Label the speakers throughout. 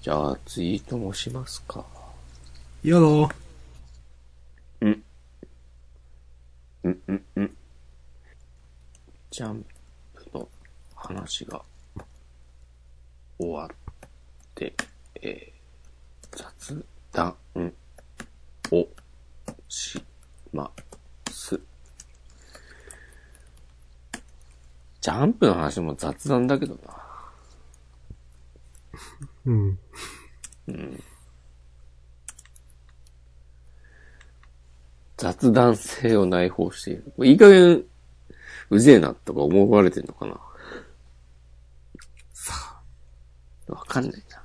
Speaker 1: じゃあ、ツイートもしますか。
Speaker 2: やだ。
Speaker 1: うんうんうん。ジャンプの話が終わって、えー、雑談をします。ジャンプの話も雑談だけどな。
Speaker 2: うん。
Speaker 1: 雑談性を内包している。いい加減、うぜえなとか思われてんのかな
Speaker 2: さ
Speaker 1: わかんないな。
Speaker 2: あ。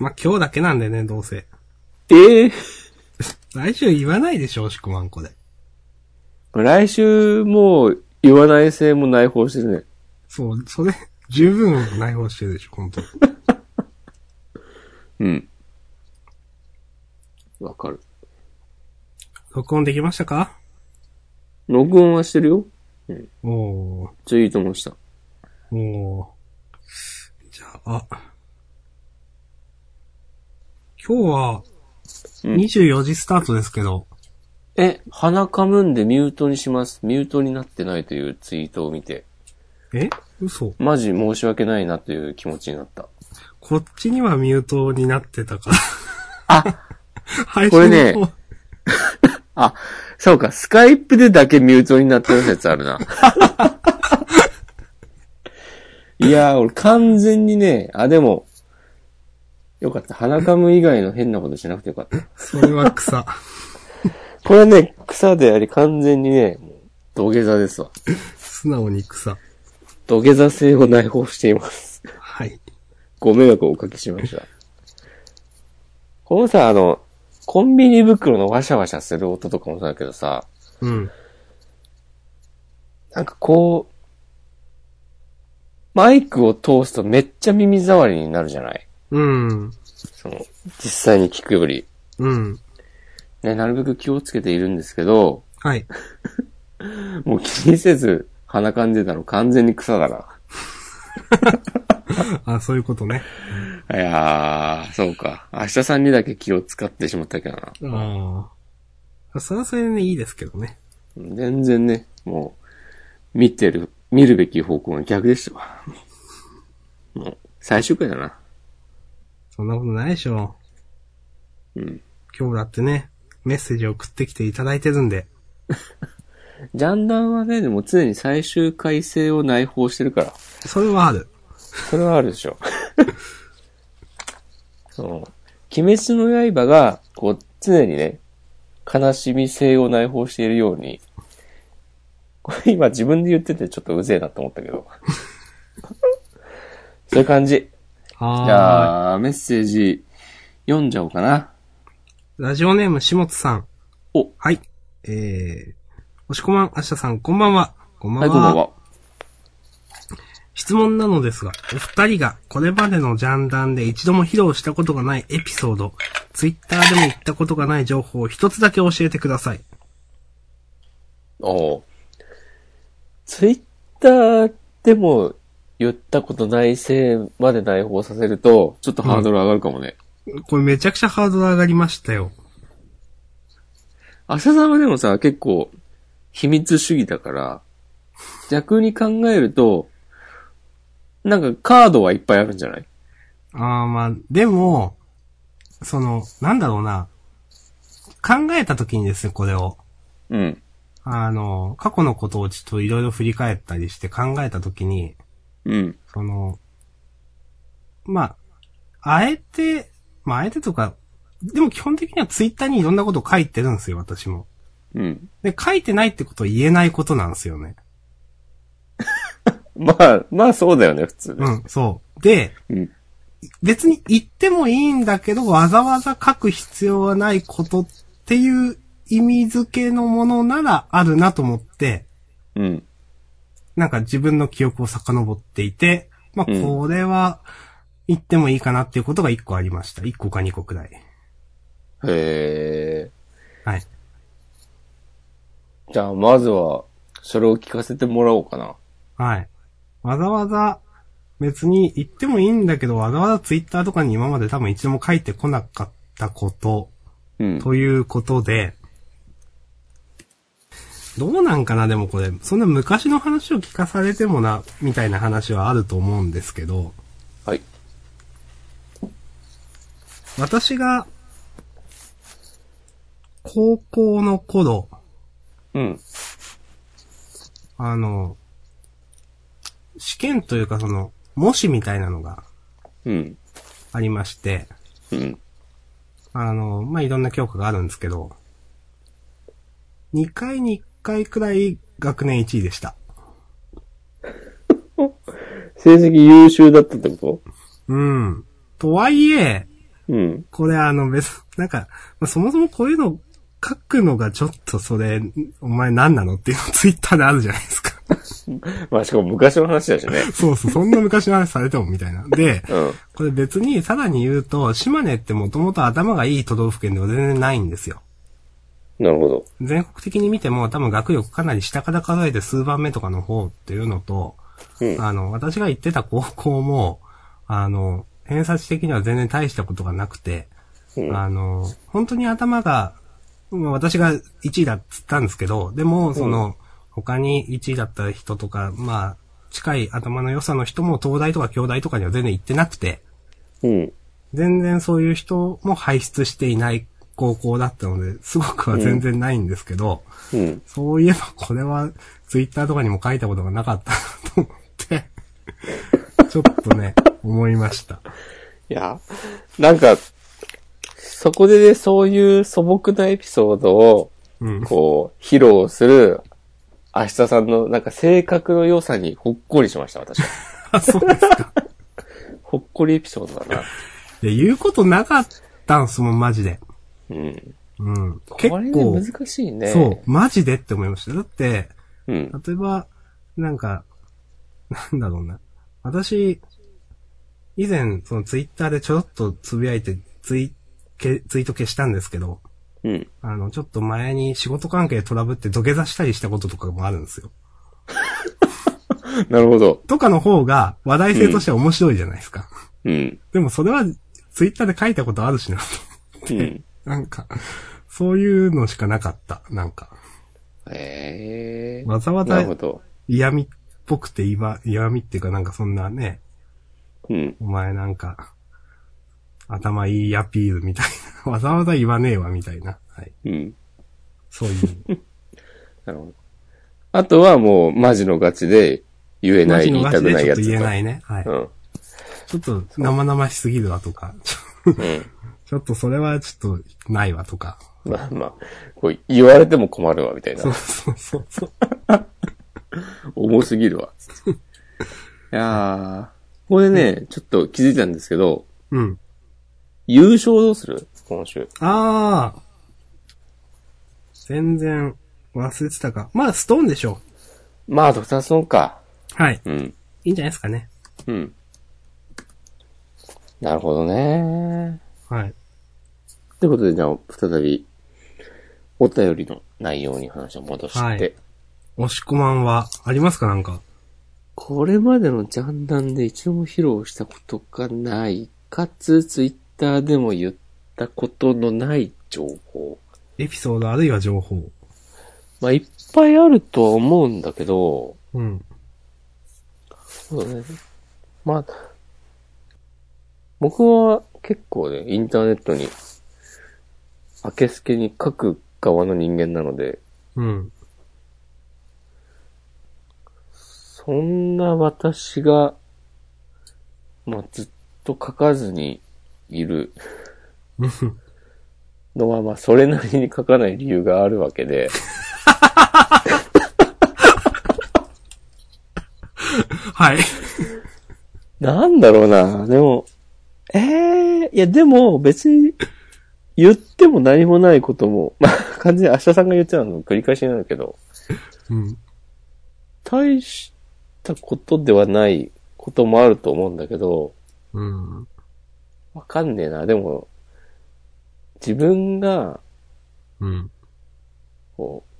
Speaker 2: まあ、今日だけなんでね、どうせ。
Speaker 1: ええ
Speaker 2: 来週言わないでしょ、しくまんこで。
Speaker 1: 来週もう言わない性も内包してるね。
Speaker 2: そう、それ、十分内包してるでしょ、 本当に。
Speaker 1: うん。わかる。
Speaker 2: 録音できましたか
Speaker 1: 録音はしてるよ。
Speaker 2: おー。
Speaker 1: ツイートもした。
Speaker 2: おー。じゃあ、今日は、
Speaker 1: うん
Speaker 2: 24時スタートですけど、
Speaker 1: え、鼻かむんでミュートにします。ミュートになってないというツイートを見て、
Speaker 2: え嘘
Speaker 1: マジ申し訳ないなという気持ちになった。
Speaker 2: こっちにはミュートになってたから。
Speaker 1: あ
Speaker 2: 配
Speaker 1: こ
Speaker 2: 信
Speaker 1: れ
Speaker 2: の
Speaker 1: ね
Speaker 2: 方
Speaker 1: あ、そうか、スカイプでだけミュートになってる説ある な。いやー、俺完全にね、あ、でも、よかった。鼻かむ以外の変なことしなくてよかった。
Speaker 2: それは草。
Speaker 1: これね、草であり完全にね、もう土下座ですわ。
Speaker 2: 素直に草。
Speaker 1: 土下座性を内包しています。
Speaker 2: はい。
Speaker 1: ご迷惑をおかけしました。このさ、あの、コンビニ袋のワシャワシャする音とかもそうだけどさ、
Speaker 2: うん。
Speaker 1: なんかこう、マイクを通すとめっちゃ耳障りになるじゃない
Speaker 2: うん。
Speaker 1: その、実際に聞くより。
Speaker 2: うん。
Speaker 1: ね、なるべく気をつけているんですけど、
Speaker 2: はい。
Speaker 1: もう気にせず鼻かんでたの完全に草だな。
Speaker 2: あ、そういうことね。
Speaker 1: いやー、そうか。明日さんにだけ気を使ってしまったけどな。
Speaker 2: ああ。それはそれでね、いいですけどね。
Speaker 1: 全然ね、もう、見てる、見るべき方向が逆でしたわ。もう、最終回だな。
Speaker 2: そんなことないでしょ
Speaker 1: うん。
Speaker 2: 今日だってね、メッセージ送ってきていただいてるんで。
Speaker 1: ジャンダンはね、でも常に最終回性を内包してるから。
Speaker 2: それはある。
Speaker 1: それはあるでしょ。 そう。鬼滅の刃が、こう、常にね、悲しみ性を内包しているように、これ今自分で言っててちょっとうぜえなと思ったけど。 そういう感じ。
Speaker 2: ああ。
Speaker 1: じゃあ、メッセージ読んじゃおうかな。
Speaker 2: ラジオネーム、しもつさん。
Speaker 1: お。
Speaker 2: はい。えー、おしこまん、あしたさん、こんばんは。こんば
Speaker 1: はい、
Speaker 2: んは。
Speaker 1: こんばんは。
Speaker 2: 質問なのですが、お二人がこれまでのジャンダンで一度も披露したことがないエピソード、ツイッターでも言ったことがない情報を一つだけ教えてください。
Speaker 1: おうツイッターでも言ったことない性まで内包させると、ちょっとハードル上がるかもね。
Speaker 2: これめちゃくちゃハードル上がりましたよ。
Speaker 1: 明日さんはでもさ、結構、秘密主義だから、逆に考えると、なんかカードはいっぱいあるんじゃない
Speaker 2: あーまあ、でも、その、なんだろうな。考えた時にですね、これを。
Speaker 1: うん。
Speaker 2: あの、過去のことをちょっといろいろ振り返ったりして考えた時に、
Speaker 1: うん。
Speaker 2: その、まあ、あえて、まあ、あえてとか、でも基本的にはツイッターにいろんなこと書いてるんですよ、私も。
Speaker 1: うん。
Speaker 2: で、書いてないってことは言えないことなんですよね。
Speaker 1: まあ、まあそうだよね、普通ね
Speaker 2: う。ん、そう。で、
Speaker 1: うん。
Speaker 2: 別に言ってもいいんだけど、わざわざ書く必要はないことっていう意味付けのものならあるなと思って、
Speaker 1: うん。
Speaker 2: なんか自分の記憶を遡っていて、まあ、これは言ってもいいかなっていうことが1個ありました。1個か2個くらい。
Speaker 1: へえ。
Speaker 2: はい。
Speaker 1: じゃあ、まずは、それを聞かせてもらおうかな。
Speaker 2: はい。わざわざ、別に言ってもいいんだけど、わざわざツイッターとかに今まで多分一度も書いてこなかったこと、
Speaker 1: うん。
Speaker 2: ということで、どうなんかなでもこれ、そんな昔の話を聞かされてもな、みたいな話はあると思うんですけど、
Speaker 1: はい。
Speaker 2: 私が、高校の頃、
Speaker 1: うん。
Speaker 2: あの、試験というかその、模試みたいなのが
Speaker 1: うん。
Speaker 2: ありまして、
Speaker 1: うん。
Speaker 2: あの、まあ、いろんな教科があるんですけど、2回に1回くらい学年1位でした。
Speaker 1: 成績優秀だったってこ
Speaker 2: うん。とはいえ、
Speaker 1: とうん。
Speaker 2: これあの別、なんか、まあ、そもそもこういうの書くのがちょっとそれ、お前何なのっていうの ツイッターであるじゃないですか。
Speaker 1: まあ、しかも昔の話だしね。
Speaker 2: そうそう、そんな昔の話されてもみたいな。で、
Speaker 1: うん。
Speaker 2: これ別にさらに言うと、島根ってもともと頭がいい都道府県では全然ないんですよ。
Speaker 1: なるほど。
Speaker 2: 全国的に見ても多分学力かなり下から数えて数番目とかの方っていうのと、
Speaker 1: うん
Speaker 2: あの、私が行ってた高校も、あの、偏差値的には全然大したことがなくて、
Speaker 1: うん
Speaker 2: あの、本当に頭が、まあ私が1位だっつったんですけど、でも、その、他に1位だった人とか、まあ、近い頭の良さの人も東大とか京大とかには全然行ってなくて、
Speaker 1: うん。
Speaker 2: 全然そういう人も輩出していない高校だったので、すごくは全然ないんですけど、
Speaker 1: うん。
Speaker 2: そういえばこれはツイッターとかにも書いたことがなかったなと思って、ちょっとね、思いました。
Speaker 1: いや、なんか、そこでね、そういう素朴なエピソードを、
Speaker 2: うん。
Speaker 1: こう、披露する、明日さんの、なんか性格の良さにほっこりしました、私は。
Speaker 2: あ、そうですか。
Speaker 1: ほっこりエピソードだな。
Speaker 2: いや、言うことなかったんすもん、マジで。
Speaker 1: うん。
Speaker 2: うん。結
Speaker 1: これね、
Speaker 2: 構、
Speaker 1: 難しいね。
Speaker 2: そう、マジでって思いました。だって、
Speaker 1: う。うん。
Speaker 2: 例えば、なんか、なんだろうな。私、以前、そのツイッターでちょろっとつぶやいて、ツイ、けツイート消したんですけど、
Speaker 1: うん。
Speaker 2: あの、ちょっと前に仕事関係トラブって土下座したりしたこととかもあるんですよ。
Speaker 1: なるほど。
Speaker 2: とかの方が話題性としては面白いじゃないですか。
Speaker 1: うん。
Speaker 2: でもそれはツイッターで書いたことあるしな。
Speaker 1: うん。
Speaker 2: なんか、そういうのしかなかった。なんか、
Speaker 1: ええ
Speaker 2: わざわ
Speaker 1: なる
Speaker 2: ざ
Speaker 1: ほど。
Speaker 2: 嫌味っぽくて今、嫌味っていうかなんかそんなね、
Speaker 1: うん。
Speaker 2: お前なんか、頭いいアピールみたいな。 わざわざ言わねえわ、みたいな。はい。
Speaker 1: うん。
Speaker 2: そういう。
Speaker 1: なるほど。あとはもう、マジのガチで言え な
Speaker 2: マ
Speaker 1: い、
Speaker 2: ジ
Speaker 1: 言
Speaker 2: の
Speaker 1: い
Speaker 2: ガ
Speaker 1: た
Speaker 2: チ
Speaker 1: く
Speaker 2: で
Speaker 1: ない
Speaker 2: ちょ
Speaker 1: や
Speaker 2: っと
Speaker 1: つ。
Speaker 2: 言えないね。はい。
Speaker 1: うん。
Speaker 2: ちょっと生々しすぎるわとか、ちょ
Speaker 1: う
Speaker 2: ちょっとそれはちょっとないわとか。
Speaker 1: ん。まあまあ、こう言われても困るわ、みたいな
Speaker 2: そう。そうそうそう。
Speaker 1: 重すぎる わ。いやー、これね、ちょっと気づいたんですけど、
Speaker 2: うん。
Speaker 1: 優勝どうする今週。
Speaker 2: ああ。全然忘れてたか。まあ、ストーンでしょ
Speaker 1: まあ、ドクターストーンか。
Speaker 2: う。はい。
Speaker 1: うん。
Speaker 2: いいんじゃないですかね。
Speaker 1: うん。なるほどね。
Speaker 2: はい。
Speaker 1: ということで、じゃあ、再び、お便りの内容に話を戻して、
Speaker 2: はい押し込まんはありますかなんか。
Speaker 1: これまでのジャンダンで一度も披露したことがない、かつ、ツイッターでも言ったことのない情報。
Speaker 2: エピソードあるいは情報。
Speaker 1: まあ、いっぱいあるとは思うんだけど、
Speaker 2: うん。
Speaker 1: そうだね。まあ、僕は結構ね、インターネットに、明けすけに書く側の人間なので、
Speaker 2: うん。
Speaker 1: そんな私が、まあ、ずっと書かずにいるのは、まあ、それなりに書かない理由があるわけで、
Speaker 2: はい。
Speaker 1: なんだろうな、でも、ええいや、でも、別に、言っても何もないことも、 まあ、完全に明日さんが言ってたのの繰り返しになるけど、
Speaker 2: うん。
Speaker 1: 大したことではないこともあると思うんだけど、
Speaker 2: うん。
Speaker 1: わかんねえな。でも、自分が、
Speaker 2: うん。
Speaker 1: こう、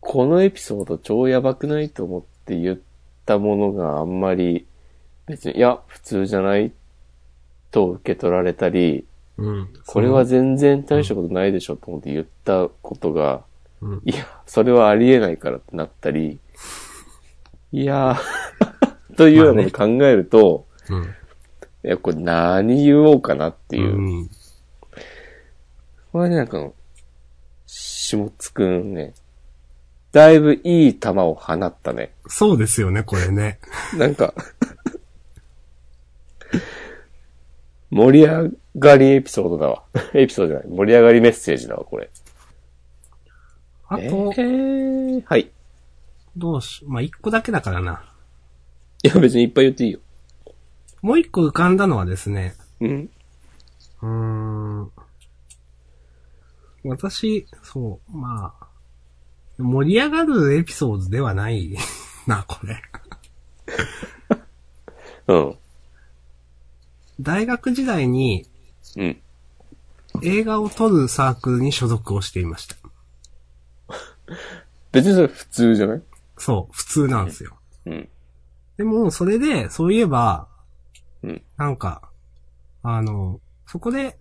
Speaker 1: このエピソード超やばくないと思って言ったものがあんまり別に、いや、普通じゃないと受け取られたり、
Speaker 2: うん。
Speaker 1: これは全然大したことないでしょと思って言ったことが、
Speaker 2: うん
Speaker 1: いや、それはありえないからってなったり、 いやー、 というようなこと考えると、
Speaker 2: その、うん。
Speaker 1: いや、これ何言おうかなっていう。
Speaker 2: うん。
Speaker 1: これね、なんか、下津くんね、だいぶいい球を放ったね。
Speaker 2: そうですよね、これね。
Speaker 1: なんか、 盛り上がりエピソードだわ。エピソードじゃない。盛り上がりメッセージだわ、これ。
Speaker 2: あと、
Speaker 1: えー、はい。い
Speaker 2: どうし、まあ、一個だけだからな。
Speaker 1: や、別にいっぱい言っていいよ。
Speaker 2: もう一個浮かんだのはですね、
Speaker 1: うん。
Speaker 2: うーん。私、そう、まあ、盛り上がるエピソードではないな、これ。
Speaker 1: うん。
Speaker 2: 大学時代に
Speaker 1: うん。
Speaker 2: 映画を撮るサークルに所属をしていました。
Speaker 1: 別にそれ普通じゃない
Speaker 2: そう、普通なんですよ。
Speaker 1: うん。
Speaker 2: でも、それで、そういえば、
Speaker 1: うん。
Speaker 2: なんか、あの、そこで、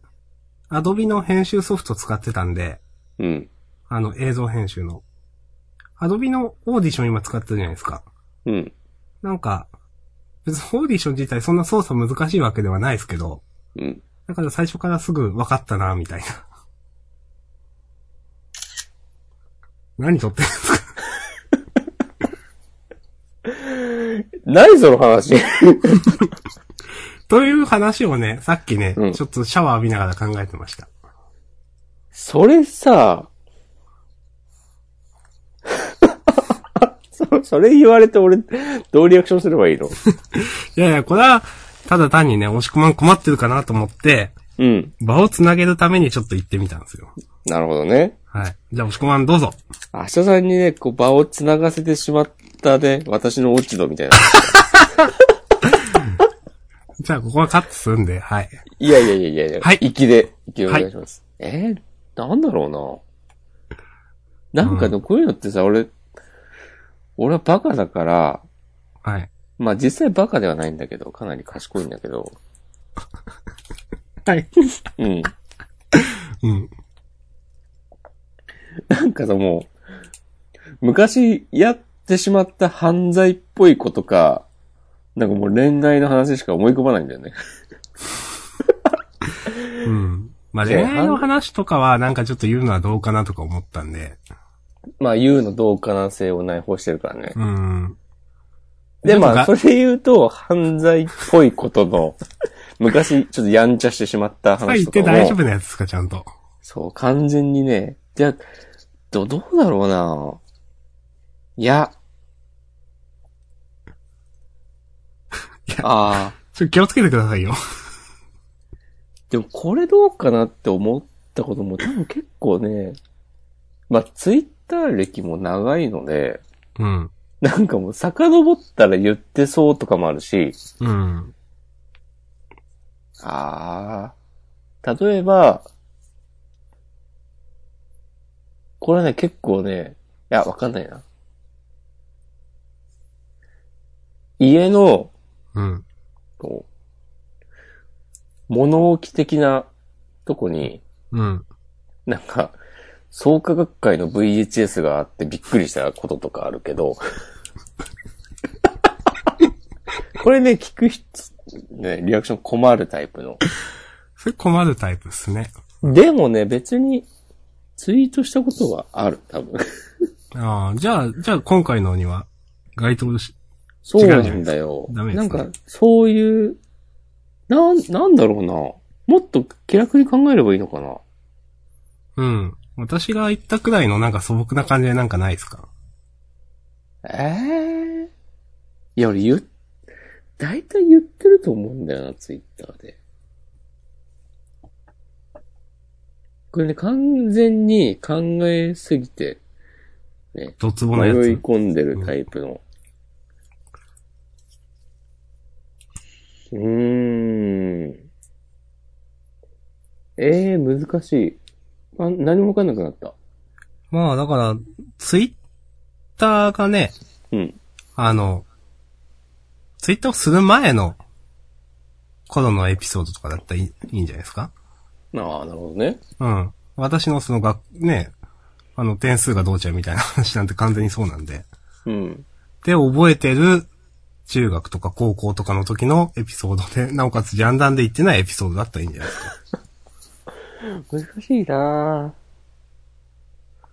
Speaker 2: アドビの編集ソフト使ってたんで、
Speaker 1: うん。
Speaker 2: あの、映像編集の。アドビのオーディション今使ってるじゃないですか。
Speaker 1: うん。
Speaker 2: なんか、別にオーディション自体そんな操作難しいわけではないですけど、
Speaker 1: うん。
Speaker 2: だから最初からすぐ分かったな、みたいな。何撮ってるんですか
Speaker 1: 何その話
Speaker 2: という話をね、さっきね、
Speaker 1: うん
Speaker 2: ちょっとシャワー浴びながら考えてました。
Speaker 1: それさ、 そそれ言われて俺、どうリアクションすれば いいの
Speaker 2: いやいや、これは、ただ単にね、押し込まん困ってるかなと思って、
Speaker 1: うん。
Speaker 2: 場を繋げるためにちょっと行ってみたんですよ。
Speaker 1: なるほどね。
Speaker 2: はい。じゃあ、押し込まんどうぞ。
Speaker 1: 明日さんにね、こう場を繋がせてしまったね、私の落ち度みたいな。
Speaker 2: じゃあ、ここはカットするんで、はい。
Speaker 1: いやいやいやいやいや。
Speaker 2: はい
Speaker 1: 息で、息でお願いします。えー、なんだろうな。なんかね、こういうのってさ、俺、俺はバカだから、
Speaker 2: はい。
Speaker 1: まあ実際バカではないんだけど、かなり賢いんだけど、
Speaker 2: はい。
Speaker 1: うん。
Speaker 2: うん。
Speaker 1: なんかさ、もう、昔やってしまった犯罪っぽいことか、なんかもう恋愛の話しか思い込まないんだよね。
Speaker 2: うん。まあ、
Speaker 1: そう
Speaker 2: 恋愛の話とかは、なんかちょっと言うのはどうかなとか思ったんで。
Speaker 1: まあ言うの同可能性を内包してるからね。
Speaker 2: うん。
Speaker 1: で、ま
Speaker 2: なん
Speaker 1: あ、
Speaker 2: か
Speaker 1: それで言うと、犯罪っぽいことの、 昔、ちょっとやんちゃしてしまった
Speaker 2: はい、
Speaker 1: 話
Speaker 2: 言っ
Speaker 1: とか
Speaker 2: て
Speaker 1: も、
Speaker 2: 大丈夫なやつですか、ちゃんと。
Speaker 1: そう、完全にね、じゃあ、ど、どうだろうないや。ああ、
Speaker 2: ちょっと気をつけてくださいよ。
Speaker 1: でもこれどうかなって思ったことも多分結構ね、まあ、ツイッター歴も長いので、
Speaker 2: うん。
Speaker 1: なんかもう遡ったら言ってそうとかもあるし、
Speaker 2: うん。
Speaker 1: ああ。例えば、これね、結構ね、いや、わかんないな。家の、
Speaker 2: うん。
Speaker 1: こう、物置的なとこに、
Speaker 2: うん。
Speaker 1: なんか、創価学会の VHS があってびっくりしたこととかあるけど、これね、聞く人、ね、リアクション困るタイプの
Speaker 2: それ困るタイプですね。
Speaker 1: でもね、別に、ツイートしたことはある、多分。
Speaker 2: ああ、じゃあ、じゃあ今回のには、該当し、
Speaker 1: そうなんだよ。
Speaker 2: ダメで
Speaker 1: な
Speaker 2: す
Speaker 1: ん
Speaker 2: ね
Speaker 1: か、そういう、なん、なんだろうな。もっと気楽に考えればいいのかな。
Speaker 2: うん。私が言ったくらいのなんか素朴な感じでなんかないですか
Speaker 1: ええいや、俺言う、大体言ってると思うんだよな、ツイッターで。これね、完全に考えすぎて、
Speaker 2: ドツボの
Speaker 1: 迷
Speaker 2: や
Speaker 1: い
Speaker 2: つ。
Speaker 1: 込んでるタイプの。うーん。ええー、難しい。あ、何もわかんなくなった。
Speaker 2: まあだから、ツイッターがね、
Speaker 1: うん。
Speaker 2: あの、ツイートをする前の頃のエピソードとかだったらいいいいんじゃないですか
Speaker 1: ああ、なるほどね。
Speaker 2: うん。私のその学、ね、あの点数がどうちゃうみたいな話なんて完全にそうなんで。
Speaker 1: うん。
Speaker 2: で、覚えてる中学とか高校とかの時のエピソードで、なおかつジャンダンで言ってないエピソードだったらいいんじゃないですか。
Speaker 1: 難しいなぁ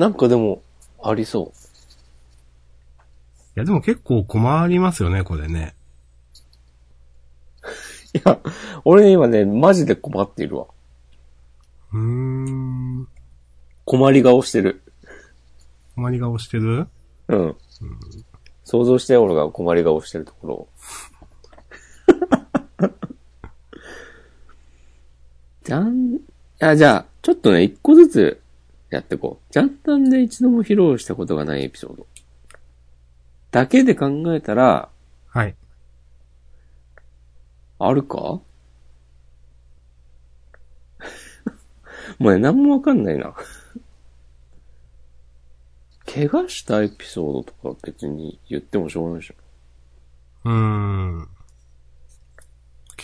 Speaker 1: なんかでも、ありそ
Speaker 2: いや、でも結構困りますよね、これね。
Speaker 1: う。いや、俺今ね、マジで困っているわ。
Speaker 2: うーん。
Speaker 1: 困り顔してる。
Speaker 2: 困り顔してる
Speaker 1: うん。想像して俺が困り顔してるところ を。じゃん、あ、じゃあ、ちょっとね、一個ずつやってこう。ジャンダンで一度も披露したことがないエピソード。だけで考えたら、
Speaker 2: はい。
Speaker 1: あるか もうね、なんもわかんないな。怪我したエピソードとか別に言ってもしょうがないでしょ。
Speaker 2: うーん。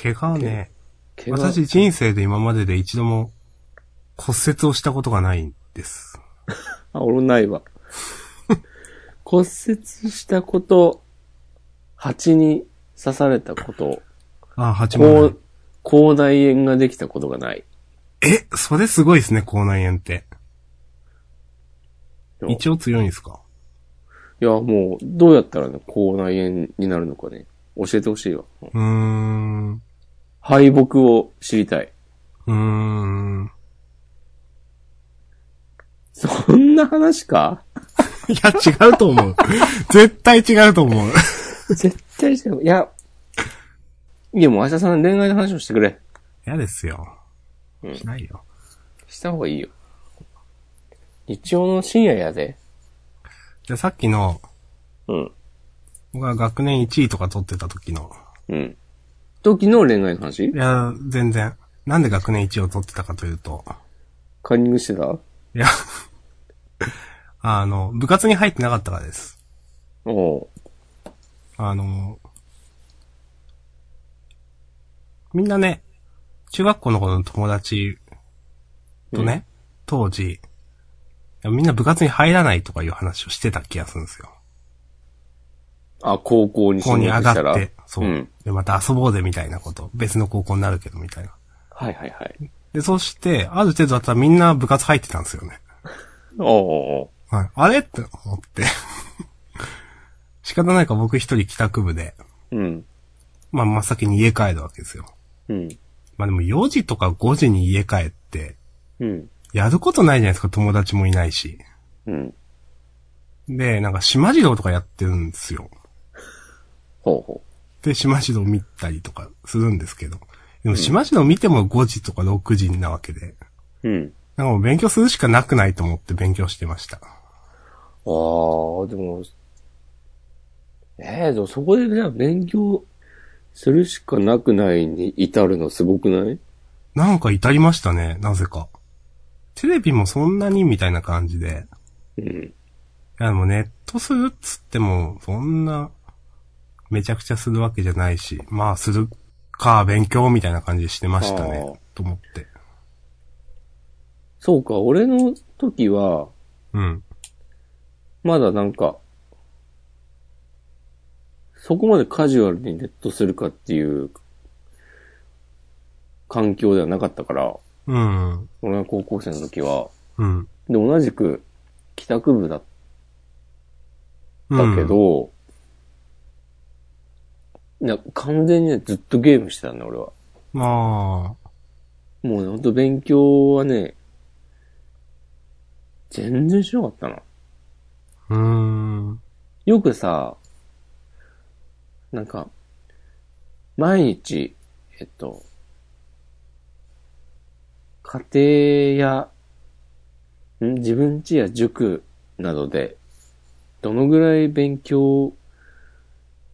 Speaker 2: 怪我ね。
Speaker 1: 怪我。
Speaker 2: 私人生で今までで一度も骨折をしたことがないんです。
Speaker 1: あ、俺もないわ。 骨折したこと、蜂に刺されたこと、
Speaker 2: あ、八
Speaker 1: こ
Speaker 2: 万
Speaker 1: う。口内炎ができたことがない。
Speaker 2: え、それすごいですね、口内炎って。
Speaker 1: いや
Speaker 2: 一応強いんですか
Speaker 1: いや、もう、どうやったらね、口内炎になるのかね。教えてほしいわ。
Speaker 2: うーん。う
Speaker 1: 敗北を知りたい。
Speaker 2: ーん。
Speaker 1: そんな話か
Speaker 2: いや、違うと思う。 絶対違うと思う。
Speaker 1: 絶対違う。いや、いや、もう明日さん恋愛の話をしてくれ。
Speaker 2: 嫌ですよ。
Speaker 1: うん
Speaker 2: しないよ。
Speaker 1: した方がいいよ。日曜の深夜やで。
Speaker 2: じゃあさっきの、
Speaker 1: うん。
Speaker 2: 僕が学年1位とか取ってた時の、
Speaker 1: うん。時の恋愛の話
Speaker 2: いや、全然。なんで学年1位を取ってたかというと、
Speaker 1: カンニングしてた
Speaker 2: いや、 あの、部活に入ってなかったからです。
Speaker 1: おう
Speaker 2: あの、みんなね、中学校の頃の友達とね、当時、いやみんな部活に入らないとかいう話をしてた気がするんですよ。
Speaker 1: あ、高校に
Speaker 2: ここ
Speaker 1: 進
Speaker 2: に
Speaker 1: 学
Speaker 2: 上
Speaker 1: した
Speaker 2: が
Speaker 1: ら。
Speaker 2: って、そう、
Speaker 1: ん。
Speaker 2: で、また遊ぼうぜみたいなこと。別の高校になるけどみたいな。
Speaker 1: はいはいはい。
Speaker 2: で、そして、ある程度だったらみんな部活入ってたんですよね。
Speaker 1: おう
Speaker 2: はい。あれって思って。 仕方ないから僕一人帰宅部で、
Speaker 1: おうおううん。
Speaker 2: まあ、真っ先に家帰るわけですよ。
Speaker 1: うん。
Speaker 2: まあでも4時とか5時に家帰って、
Speaker 1: うん。
Speaker 2: やることないじゃないですか、友達もいないし。
Speaker 1: うん。
Speaker 2: で、なんか島次郎とかやってるんですよ。
Speaker 1: ほうほ
Speaker 2: で、島次郎見たりとかするんですけど。でも島次郎見ても5時とか6時なわけで。
Speaker 1: う。うん。
Speaker 2: なんかもう勉強するしかなくないと思って勉強してました。
Speaker 1: ああ、でも、ええでもそこでじゃあ勉強するしかなくないに至るのすごくない
Speaker 2: なんか至りましたね、なぜか。テレビもそんなにみたいな感じで。
Speaker 1: うん。
Speaker 2: いや、でもネットするっつっても、そんな、めちゃくちゃするわけじゃないし、まあ、するか、勉強みたいな感じしてました
Speaker 1: あー
Speaker 2: ね、と思って。
Speaker 1: そうか、俺の時は、
Speaker 2: うん。
Speaker 1: まだなんか、そこまでカジュアルにネットするかっていう環境ではなかったから、
Speaker 2: うん。
Speaker 1: 俺が高校生の時は。
Speaker 2: うん。
Speaker 1: で、同じく帰宅部だっ
Speaker 2: うん。
Speaker 1: たけ。ど、いや、完全にね、ずっとゲームしてたんだ、俺は。
Speaker 2: まあ、
Speaker 1: もうね、ほんと勉強はね、全然しなかったな。
Speaker 2: うーん。
Speaker 1: よくさ、なんか、毎日、えっと、家庭や、ん自分家や塾などで、どのぐらい勉強を、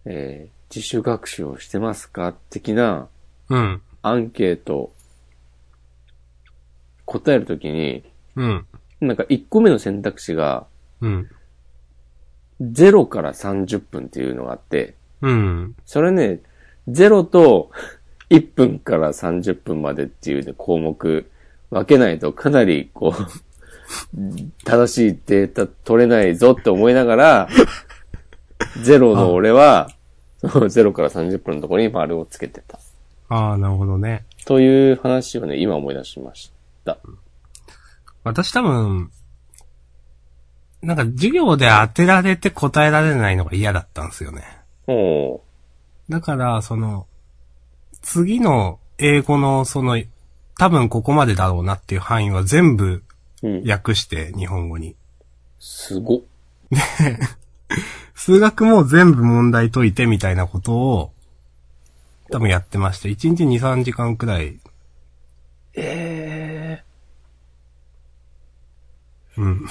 Speaker 1: えー自主学習をしてますか的な
Speaker 2: うん。
Speaker 1: アンケートを答えるときに、
Speaker 2: うん。
Speaker 1: なんか1個目の選択肢が
Speaker 2: うん。
Speaker 1: 0から30分っていうのがあって、
Speaker 2: うん。
Speaker 1: それね、0と 1分から30分までっていうね項目分けないとかなりこう、 正しいデータ取れないぞって思いながら、0の俺は、 その0から30分のところに丸をつけてた。
Speaker 2: ああ、なるほどね。
Speaker 1: という話をね、今思い出しました。
Speaker 2: 私多分、なんか授業で当てられて答えられないのが嫌だったんですよね。
Speaker 1: おー
Speaker 2: だから、その、次の英語のその、多分ここまでだろうなっていう範囲は全部
Speaker 1: うん。
Speaker 2: 訳して日本語に。
Speaker 1: すごっ。
Speaker 2: 数学も全部問題解いてみたいなことを、多分やってまして、1日2、3時間くらい、
Speaker 1: ええ
Speaker 2: うん。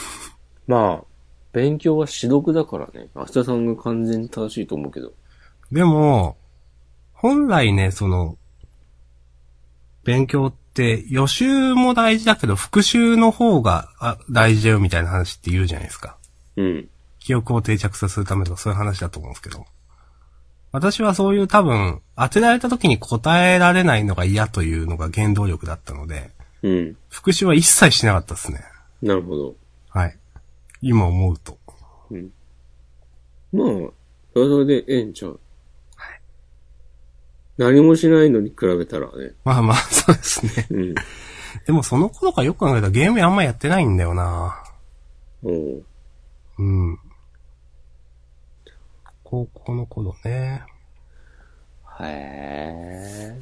Speaker 1: まあ、勉強は私読だからね。明日さんが完全に正しいと思うけど。
Speaker 2: でも、本来ね、その、勉強って予習も大事だけど復習の方があ大事だよみたいな話って言うじゃないですか。
Speaker 1: うん。
Speaker 2: 記憶を定着させるためとかそういう話だと思うんですけど。私はそういう多分、当てられた時に答えられないのが嫌というのが原動力だったので、
Speaker 1: うん。
Speaker 2: 復習は一切しなかったですね。
Speaker 1: なるほど。
Speaker 2: はい。今思うと。
Speaker 1: まあ、それはそれでええんちゃう。何もしないのに比べたらね。
Speaker 2: まあまあ、そうですね。
Speaker 1: うん。
Speaker 2: でもその頃からよく考えたらゲームあんまやってないんだよな
Speaker 1: おう
Speaker 2: うん。高校の頃ね。
Speaker 1: へえ。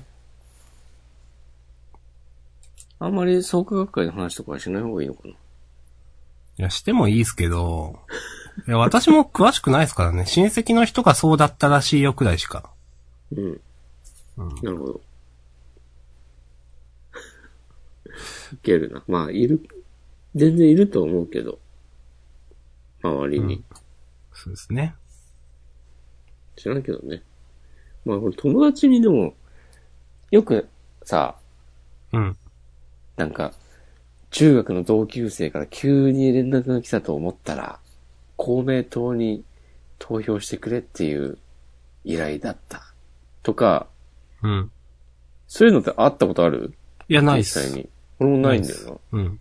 Speaker 1: あんまり創価学会の話とかはしない方がいいのかな。
Speaker 2: いや、してもいいですけど、いや、私も詳しくないですからね。親戚の人がそうだったらしいよくらいしか。
Speaker 1: うん。なるほど。いけるな。まあ、いる、全然いると思うけど。周りに。
Speaker 2: そうですね。
Speaker 1: 知らんけどね。まあ、これ友達にでも、よくさ、
Speaker 2: うん。
Speaker 1: なんか、中学の同級生から急に連絡が来たと思ったら、公明党に投票してくれっていう依頼だった。とか、
Speaker 2: うん。
Speaker 1: そういうのってあったことある
Speaker 2: いや、ないっ
Speaker 1: 実際
Speaker 2: す。
Speaker 1: に。俺もないんだよな。
Speaker 2: うん。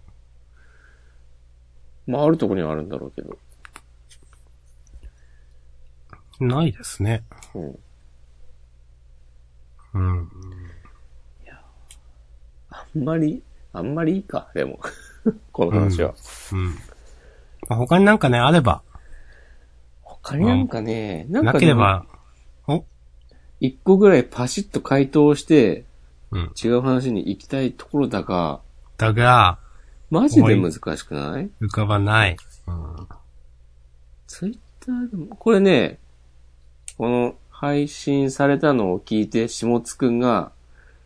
Speaker 1: まあ、あるとこにはあるんだろうけど。
Speaker 2: ないですね。
Speaker 1: うん。
Speaker 2: うん。
Speaker 1: あんまり、あんまりいいか、でも。 この話は。
Speaker 2: うん。まあ他になんかね、あれば、
Speaker 1: 他になんかね、なんか
Speaker 2: な
Speaker 1: ね
Speaker 2: ければ、お
Speaker 1: 一個ぐらいパシッと回答して、
Speaker 2: うん。
Speaker 1: 違う話に行きたいところだが、
Speaker 2: だが、
Speaker 1: マジで難しくない
Speaker 2: 浮かばない。うん。
Speaker 1: ツイッターでも、これね、この配信されたのを聞いて、下津くんが、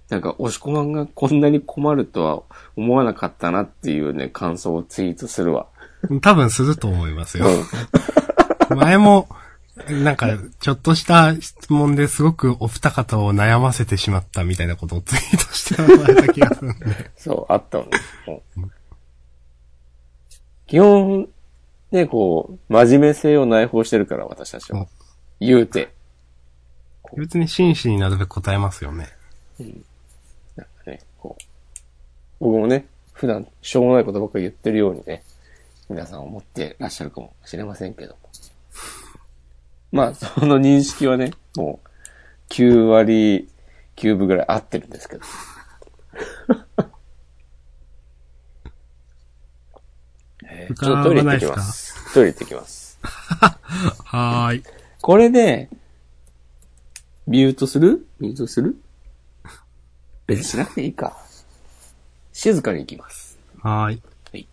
Speaker 1: なんか、押し込まんがこんなに困るとは思わなかったなっていうね、感想をツイートするわ。
Speaker 2: 多分すると思いま すよ。
Speaker 1: う
Speaker 2: 前も、なんか、ちょっとした質問ですごくお二方を悩ませてしまったみたいなことをツイートしてもらえた気がす るんで。
Speaker 1: ん。そう、あったのね。うん基本、ね、こう、真面目性を内包してるから、私たち
Speaker 2: う
Speaker 1: は
Speaker 2: ん。
Speaker 1: 言うて。
Speaker 2: 別に真摯になるべく答えますよね。
Speaker 1: なんかね、こう、僕もね、普段しょうもないことばっかり言ってるようにね、皆さん思ってらっしゃるかもしれませんけども。 まあ、その認識はね、もう、9割、9分ぐらい合ってるんですけど。えーちょっとトイレ行ってきます。トイレ行ってきます。
Speaker 2: はーい。
Speaker 1: これで、ミュートするミュートする別にしなくていいか。静かに行きます。
Speaker 2: はーい。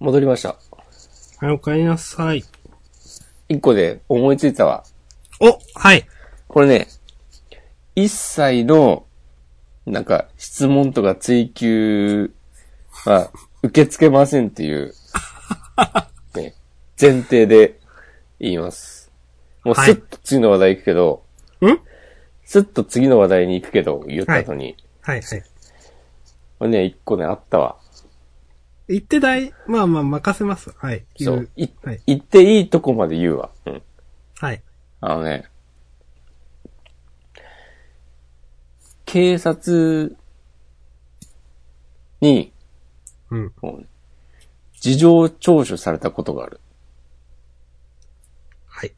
Speaker 1: 戻りました。
Speaker 2: はい、おかえりなさい。
Speaker 1: 一個で思いついたわ。
Speaker 2: おはい。
Speaker 1: これね、一切の、なんか、質問とか追求は受け付けませんって いう、ね、前提で言います。もう
Speaker 2: は
Speaker 1: す
Speaker 2: い
Speaker 1: っと次の話題行くけど、
Speaker 2: ん
Speaker 1: すっと次の話題に行くけど、言った後に、
Speaker 2: はい、はい。
Speaker 1: これね、一個ね、あったわ。
Speaker 2: 言って大、まあまあ任せます。はい。
Speaker 1: そう。い
Speaker 2: はい。
Speaker 1: 言っていいとこまで言うわ。うん。
Speaker 2: はい。
Speaker 1: あのね、警察に、
Speaker 2: うん。
Speaker 1: こう事情聴取されたことがある。
Speaker 2: はい。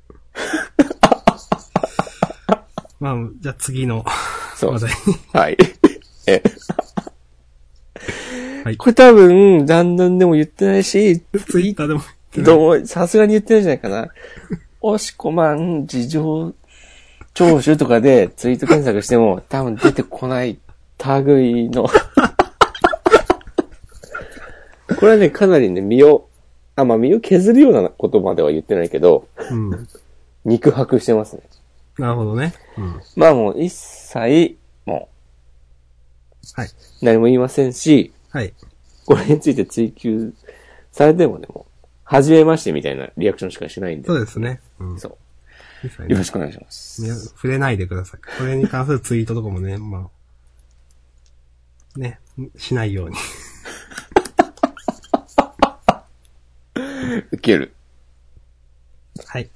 Speaker 2: まあ、じゃあ次の
Speaker 1: そう
Speaker 2: 話題
Speaker 1: はい。え
Speaker 2: はい
Speaker 1: これ多分、だんだんでも言ってないし、
Speaker 2: に。ツイッターでも言ってない。
Speaker 1: どう、さすがに言ってないんじゃないか な。おしこまん、事情聴取とかでツイート検索しても、多分出てこない、類 の。これはね、かなりね、身を、あ、まあ、身を削るようなことまでは言ってないけど、
Speaker 2: うん。
Speaker 1: 肉薄してますね。
Speaker 2: なるほどね。うん。は
Speaker 1: まあもう一切、も
Speaker 2: い。
Speaker 1: う何も言いませんし、
Speaker 2: はい。
Speaker 1: これについて追求されてもね、もう、はじめましてみたいなリアクションしかしないんで
Speaker 2: そ。うですね。うん。
Speaker 1: そ
Speaker 2: 一切
Speaker 1: う。よ
Speaker 2: ね
Speaker 1: ろしくお願いします。
Speaker 2: ね触れないでください。これに関するツイートとかもね、 まあ、ね、しないように。
Speaker 1: 受ける。
Speaker 2: はい。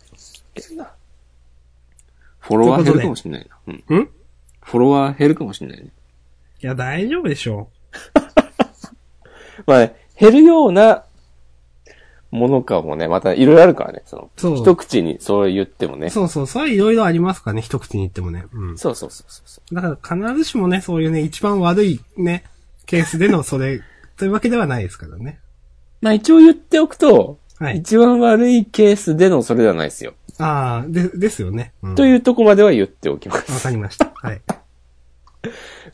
Speaker 1: フォロワー減るかもしれないな。うん。
Speaker 2: んい
Speaker 1: フォロワー減るかもしれないね。
Speaker 2: や、大丈夫でしょ
Speaker 1: まあね、減るようなものかもね、またいろいろあるからね、その、
Speaker 2: そう
Speaker 1: 一口にそれ言ってもね。
Speaker 2: う。そうそう、それいろいろありますからね、一口に言ってもね。うん。
Speaker 1: そうそうそうそうそ
Speaker 2: だから必ずしもね、そういうね、一番悪いね、ケースでのそれ、 というわけではないですからね。
Speaker 1: う。まあ一応言っておくと、
Speaker 2: はい
Speaker 1: 一番悪いケースでのそれではないですよ。
Speaker 2: ああ、で、ですよね。うん
Speaker 1: というとこまでは言っておきま
Speaker 2: わ
Speaker 1: す。
Speaker 2: かりました。はい。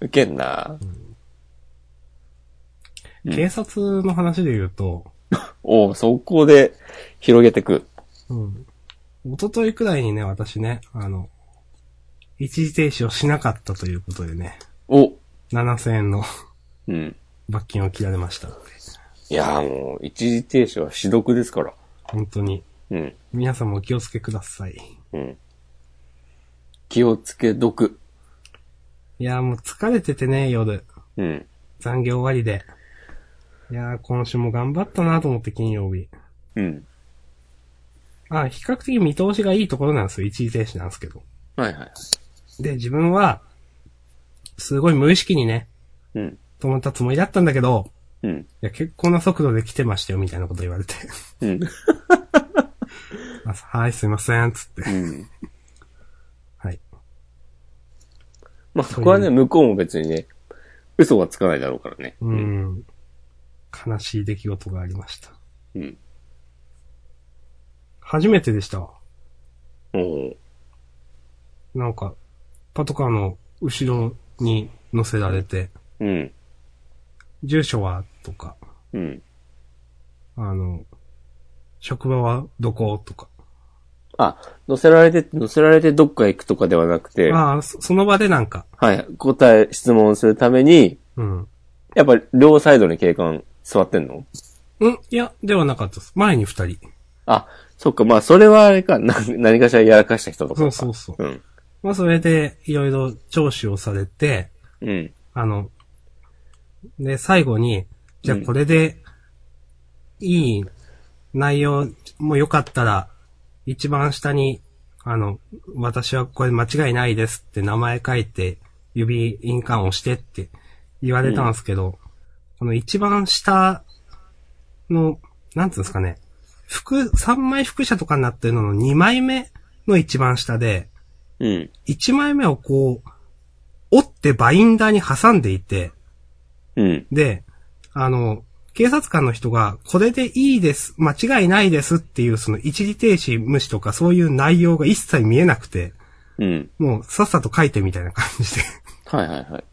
Speaker 1: 受けんなうん
Speaker 2: 警察の話で言うと、
Speaker 1: おう、そこで広げてく。
Speaker 2: うん。一昨日くらいにね、私ね、あの、一時停止をしなかったということでね、
Speaker 1: お。
Speaker 2: 7000円の
Speaker 1: うん。
Speaker 2: 罰金を切られました。
Speaker 1: いやーもう、一時停止は死毒ですから。
Speaker 2: 本当に。
Speaker 1: うん。
Speaker 2: 皆さんもお気をつけください。
Speaker 1: うん。気をつけ毒。
Speaker 2: いやーもう疲れててね、夜。
Speaker 1: うん。
Speaker 2: 残業終わりで。いやー今週も頑張ったなと思って金曜日。
Speaker 1: うん。
Speaker 2: あ、比較的見通しがいいところなんですよ。一時停止なんですけど。
Speaker 1: はいはい。
Speaker 2: で、自分は、すごい無意識にね、
Speaker 1: うん。
Speaker 2: 止まったつもりだったんだけど、
Speaker 1: うん。
Speaker 2: いや、結構な速度で来てましたよ、みたいなこと言われて。
Speaker 1: うん。
Speaker 2: あはい、すいません、つって。
Speaker 1: うん。
Speaker 2: はい。
Speaker 1: まあ、そこはね、向こうも別にね、嘘はつかないだろうからね。
Speaker 2: う。ん。悲しい出来事がありました。
Speaker 1: うん。
Speaker 2: 初めてでしたわ。
Speaker 1: おー
Speaker 2: なんか、パトカーの後ろに乗せられて、
Speaker 1: うん。
Speaker 2: 住所はとか、
Speaker 1: うん。
Speaker 2: あの、職場はどことか。
Speaker 1: あ、乗せられて、乗せられてどっか行くとかではなくて、
Speaker 2: ああ、そその場でなんか、
Speaker 1: はい。答え、質問するために、
Speaker 2: うん。
Speaker 1: やっぱ両サイドに警官座ってんの
Speaker 2: うん、いや、ではなかったです。前に二人。
Speaker 1: あ、そっか、まあ、それはあれか、な、何かしらやらかした人とか
Speaker 2: そ
Speaker 1: か。
Speaker 2: うそうそう。
Speaker 1: うん。
Speaker 2: まあ、それで、いろいろ聴取をされて、
Speaker 1: うん。
Speaker 2: あの、で、最後に、じゃあ
Speaker 1: うん
Speaker 2: これで、いい内容もよかったら、一番下に、あの、私はこれ間違いないですって名前書いて、指印鑑を押してって言われたんですけど、この一番下の、なんつうんですかね、服、3枚副写とかになってるのの2枚目の一番下で、
Speaker 1: うん。
Speaker 2: 1枚目をこう、折ってバインダーに挟んでいて、
Speaker 1: うん。
Speaker 2: で、あの、警察官の人が、これでいいです、間違いないですっていう、その一時停止無視とかそういう内容が一切見えなくて、
Speaker 1: うん。
Speaker 2: もうさっさと書いてみたいな感じで、
Speaker 1: はいはいはい。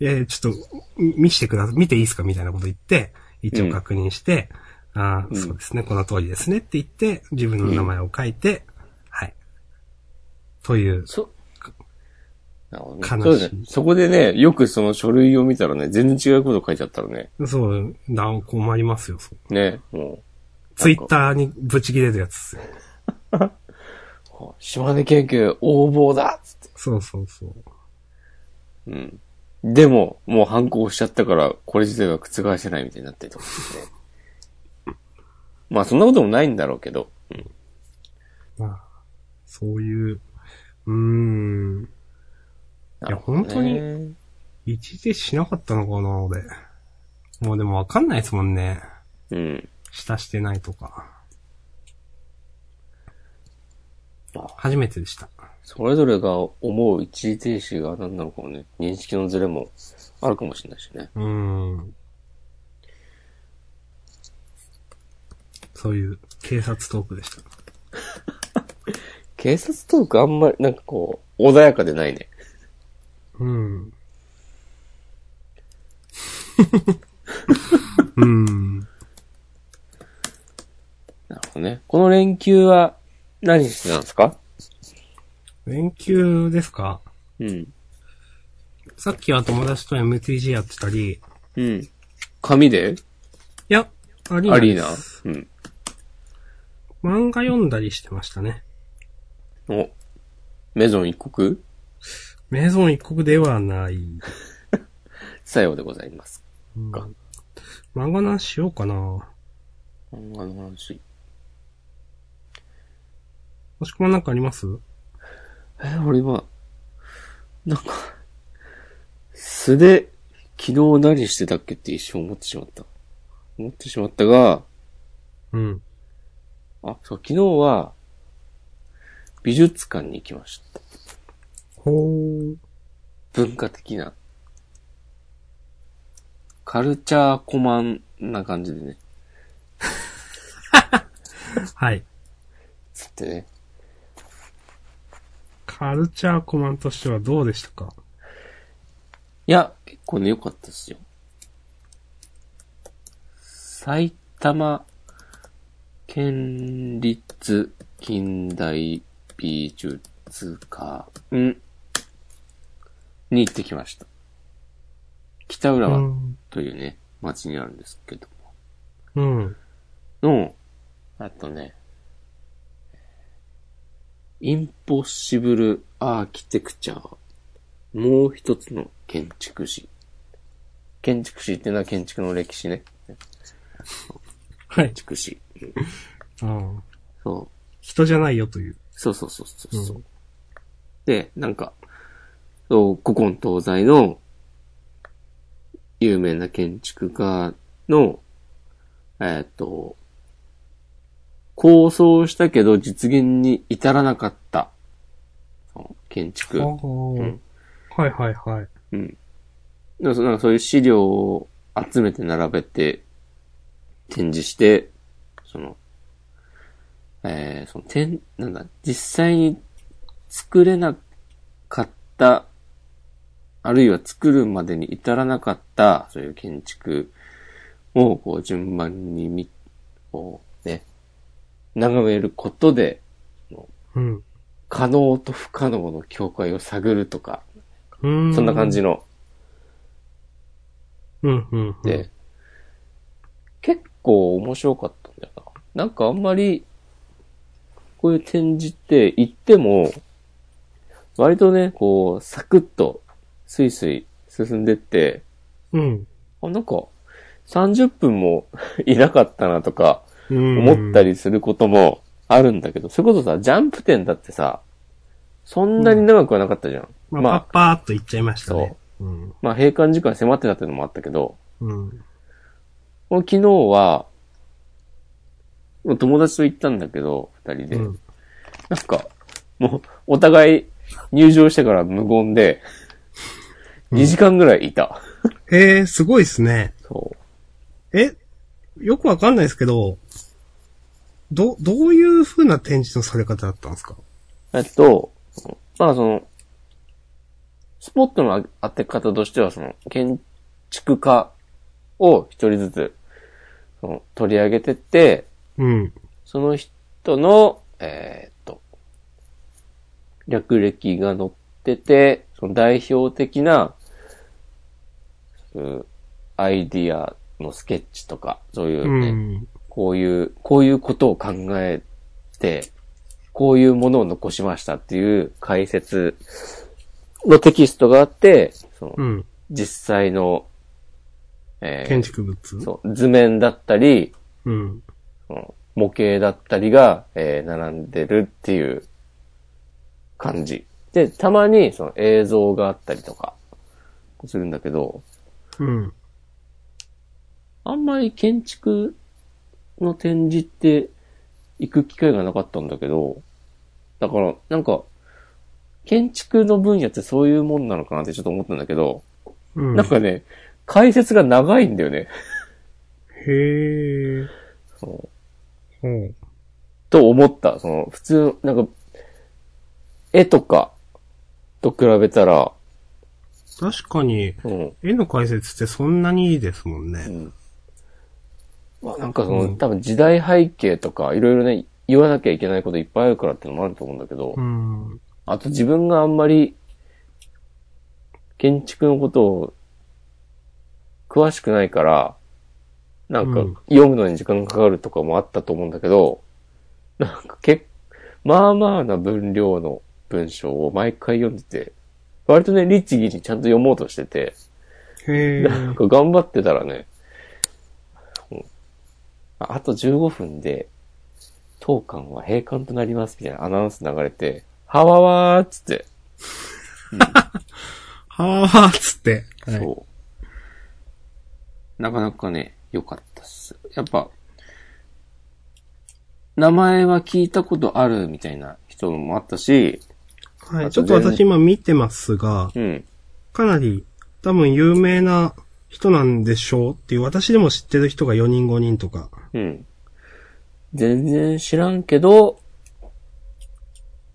Speaker 2: いやいやちょっと、み見してください、見ていいですかみたいなこと言って、一応確認して、ああ、
Speaker 1: ん
Speaker 2: そうですね、この通りですねって言って、自分の名前を書いて、はい。という、
Speaker 1: そ、なるほどね
Speaker 2: 悲しい
Speaker 1: そうですね。そこでね、よくその書類を見たらね、全然違うこと書いちゃったらね、
Speaker 2: そう、なお困りますよ、そう。
Speaker 1: ね、も
Speaker 2: ツイッターにブチ切れるやつですよ。
Speaker 1: う、島根県警横暴だっつって。
Speaker 2: そうそうそう。
Speaker 1: うん。でも、もう反抗しちゃったから、これ自体は覆せないみたいになってるとかね。 まあ、そんなこともないんだろうけど。
Speaker 2: まあ、そういう、うーん、
Speaker 1: ないる
Speaker 2: や
Speaker 1: ほどね
Speaker 2: 本当に。一時停止しなかったのかな、俺。もうでもわかんないですもんね。
Speaker 1: うん。
Speaker 2: 下してないとか。
Speaker 1: まあ、
Speaker 2: 初めてでした。
Speaker 1: それぞれが思う一時停止が何なのかもね、認識のズレもあるかもしれないしね。
Speaker 2: うーん。そういう警察トークでした。
Speaker 1: 警察トークあんまり、なんかこう、穏やかでないね。
Speaker 2: うん。うん。
Speaker 1: なるほどね。この連休は何してたんですか
Speaker 2: 連休ですか
Speaker 1: うん。
Speaker 2: さっきは友達と MTG やってたり、い
Speaker 1: うん。紙で
Speaker 2: や、アリーナ
Speaker 1: アリー
Speaker 2: で
Speaker 1: ナ
Speaker 2: す。
Speaker 1: うん。
Speaker 2: 漫画読んだりしてましたね。
Speaker 1: お。メゾン一国
Speaker 2: メゾン一国ではない。
Speaker 1: さようでございます。
Speaker 2: うん漫画なんしようかな。
Speaker 1: 漫画の話。
Speaker 2: もしくはなんかあります
Speaker 1: えー、俺今、なんか、素で、昨日何してたっけって一瞬思ってしまった。思ってしまったが、
Speaker 2: うん。
Speaker 1: あ、そう、昨日は、美術館に行きました。
Speaker 2: ほう。
Speaker 1: 文化的な。カルチャーコマンな感じでね。
Speaker 2: はい。
Speaker 1: つってね。
Speaker 2: カルチャーコマンとしてはどうでしたか
Speaker 1: いや、結構ね、良かったですよ。埼玉県立近代美術館に行ってきました。北浦
Speaker 2: う
Speaker 1: 和
Speaker 2: ん。
Speaker 1: というね、町にあるんですけど
Speaker 2: うん。
Speaker 1: も。の、あとね、インポッシブルアーキテクチャー。もう一つの建築士。建築士っていうのは建築の歴史ね。
Speaker 2: はい
Speaker 1: 建。築士。うん
Speaker 2: ああ。
Speaker 1: そう。
Speaker 2: 人じゃないよという。
Speaker 1: そうそうそうそうそう、
Speaker 2: うん
Speaker 1: で、なんか、そう、古今東西の有名な建築家の、えーっ、と、構想したけど実現に至らなかった、その建築。
Speaker 2: ああ。はいはいはい。
Speaker 1: うん。でもそなんかそういう資料を集めて並べて、展示して、その、えー、その、展、なんだ、実際に作れなかった、あるいは作るまでに至らなかった、そういう建築を、こう、順番に見、こう、ね、眺めることで、
Speaker 2: うん。
Speaker 1: 可能と不可能の境界を探るとか、
Speaker 2: うん。
Speaker 1: そんな感じ。の、
Speaker 2: うんうん。
Speaker 1: で、、結構面白かったんだよな。なんかあんまり、こういう展示って行っても、割とね、こう、サクッと、スイスイ進んでって、
Speaker 2: うん。
Speaker 1: あ、なんか、30分も いなかったなとか、
Speaker 2: うん。
Speaker 1: 思った。りすることもあるんだけど、それこそさ、ジャンプ展だってさ、そんなに長くはなかったじゃん。
Speaker 2: まあ、
Speaker 1: まあ
Speaker 2: パッパーっといっちゃいましたね。う。うん。
Speaker 1: まあ、閉館時間迫ってたっていうのもあったけど、
Speaker 2: うん。
Speaker 1: もう昨日は、もう友達と行ったんだけど、二人で。
Speaker 2: うん。
Speaker 1: なんか、もう、お互い入場してから無言で、
Speaker 2: うん
Speaker 1: 2時間ぐらいいた。
Speaker 2: へえ、すごいですね。
Speaker 1: そ
Speaker 2: え、よくわかんないですけど、ど、どういう風な展示のされ方だったんですか
Speaker 1: う。えっと、まあその、スポットの当て方としては、その、建築家を一人ずつ、その、取り上げてって、
Speaker 2: うん。
Speaker 1: その人の、えーっと、略歴が載ってて、その代表的な、うんアイディアのスケッチとか、そういううね、
Speaker 2: ん。
Speaker 1: こういう、こういうことを考えて、こういうものを残しましたっていう解説のテキストがあって、その
Speaker 2: うん。
Speaker 1: 実際の、えー
Speaker 2: 建築物
Speaker 1: そう、図面だったり、
Speaker 2: うん。
Speaker 1: その模型だったりが、えー並んでるっていう感じ。で、たまにその映像があったりとかするんだけど、
Speaker 2: うん。
Speaker 1: あんまり建築の展示って行く機会がなかったんだけど、だからなんか、建築の分野ってそういうもんなのかなってちょっと思ったんだけど、
Speaker 2: うん。
Speaker 1: なんかね、解説が長いんだよね。
Speaker 2: へー。
Speaker 1: そう
Speaker 2: うん。
Speaker 1: と思った。その、普通、なんか、絵とかと比べたら、
Speaker 2: 確かに、
Speaker 1: うん、
Speaker 2: 絵の解説ってそんなにいいですもんね。
Speaker 1: まあなんかその、
Speaker 2: うん
Speaker 1: 多分時代背景とか、いろいろね、言わなきゃいけないこといっぱいあるからってのもあると思うんだけど、
Speaker 2: うん。
Speaker 1: あと自分があんまり、建築のことを、詳しくないから、なんか
Speaker 2: うん、
Speaker 1: 読むのに時間がかかるとかもあったと思うんだけど、なんか結まあまあな分量の文章を毎回読んでて、割とね、律儀にちゃんと読もうとしてて、
Speaker 2: へ
Speaker 1: なん
Speaker 2: ー。
Speaker 1: か頑張ってたらね、うんああと15分で、当館は閉館となりますみたいなアナウンス流れて、はわわーっつって、
Speaker 2: はーはーっつって。はい。
Speaker 1: そう。なかなかね、良かったっす。やっぱ、名前は聞いたことあるみたいな人もあったし、
Speaker 2: はい。ちょっと私今見てますが、
Speaker 1: うん。
Speaker 2: かなり多分有名な人なんでしょうっていう、私でも知ってる人が4人5人とか。
Speaker 1: うん。全然知らんけど、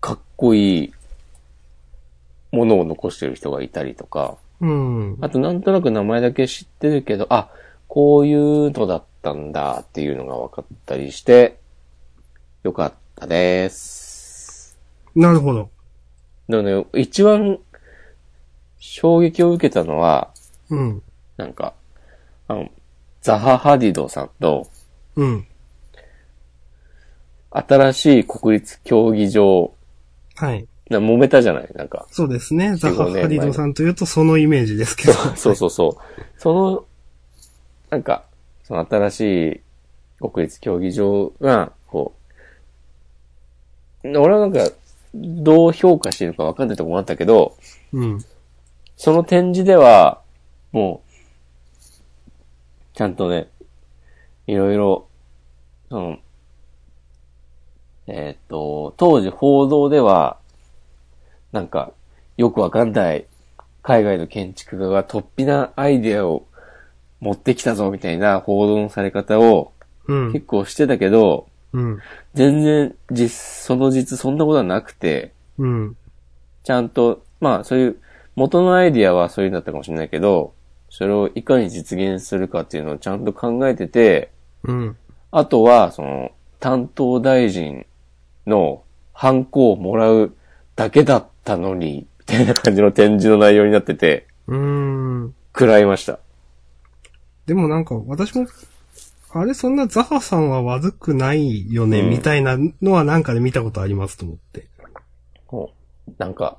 Speaker 1: かっこいいものを残してる人がいたりとか、
Speaker 2: うん。
Speaker 1: あとなんとなく名前だけ知ってるけど、あ、こういうのだったんだっていうのが分かったりして、よかったです。
Speaker 2: なるほど。
Speaker 1: なので、一番衝撃を受けたのは、
Speaker 2: うん。
Speaker 1: なんか、あの、ザハ・ハディドさんと、
Speaker 2: うん。
Speaker 1: 新しい国立競技場、
Speaker 2: はい。
Speaker 1: な揉めたじゃないなんか。
Speaker 2: そうですね。ザハ・
Speaker 1: 15年
Speaker 2: ハリドさんというとそのイメージですけど。
Speaker 1: そうそうそう。その、なんか、その新しい国立競技場が、こう、俺はなんか、どう評価しているか分かんないとこもあったけど、
Speaker 2: うん。
Speaker 1: その展示では、もう、ちゃんとね、いろいろ、その、えーっ、と、当時報道では、なんか、よくわかんない、海外の建築家が突飛なアイデアを持ってきたぞ、みたいな報道のされ方を
Speaker 2: うん。
Speaker 1: 結構してたけど、
Speaker 2: うん。
Speaker 1: 全然実、その実そんなことはなくて、
Speaker 2: うん。
Speaker 1: ちゃんと、まあそういう、元のアイディアはそういうんだったかもしれないけど、それをいかに実現するかっていうのをちゃんと考えてて、
Speaker 2: うん。
Speaker 1: あとは、その、担当大臣のハンコをもらうだけだったのに、みたいな感じの展示の内容になってて、
Speaker 2: うん。
Speaker 1: 食らいました。
Speaker 2: でもなんか私も、あれそんなザハさんは悪くないよね、
Speaker 1: うん
Speaker 2: みたいなのはなんかで見たことありますと思って。
Speaker 1: なんか、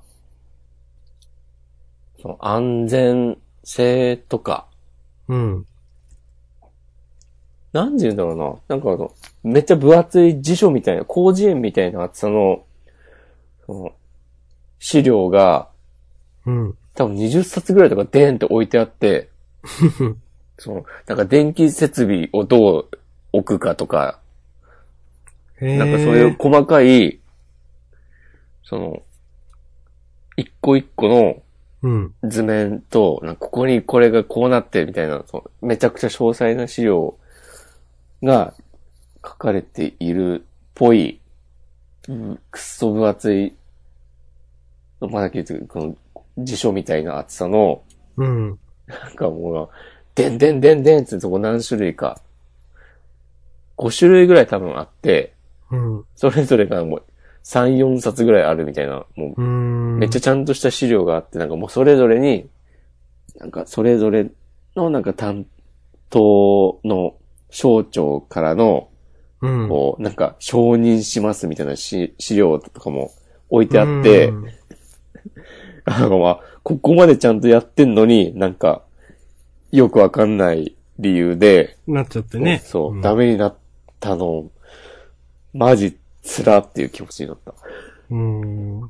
Speaker 1: その安全性とか、
Speaker 2: うん。
Speaker 1: なんて言うんだろうな。なんかあの、めっちゃ分厚い辞書みたいな、広辞苑みたいな厚さの、その、資料が、
Speaker 2: うん。
Speaker 1: 多分20冊ぐらいとかデーンって置いてあって、その、なんか電気設備をどう置くかとか、
Speaker 2: へえ。
Speaker 1: なんかそういう細かい、その、一個一個の
Speaker 2: うん。
Speaker 1: 図面と、なんかここにこれがこうなってみたいな、そのめちゃくちゃ詳細な資料が書かれているっぽい、うんくっそ分厚い、まだけど、この辞書みたいな厚さの、
Speaker 2: うん。
Speaker 1: なんかもう、でんでんでんでんってとこ何種類か、5種類ぐらい多分あって、
Speaker 2: うん。う
Speaker 1: それぞれがもう3、4冊ぐらいあるみたいな、もう
Speaker 2: ーん。
Speaker 1: めっちゃちゃんとした資料があって、なんかもうそれぞれに、なんかそれぞれのなんか担当の省庁からの、
Speaker 2: うん。
Speaker 1: こう、なんか承認しますみたいなし資料とかも置いてあって
Speaker 2: う、ん
Speaker 1: なんかまあ、ここまでちゃんとやってんのに、なんか、よくわかんない理由で、
Speaker 2: なっちゃってね。
Speaker 1: そう、
Speaker 2: ん
Speaker 1: ダ。メになったの、マジ、辛っていう気持ちになった。
Speaker 2: うん。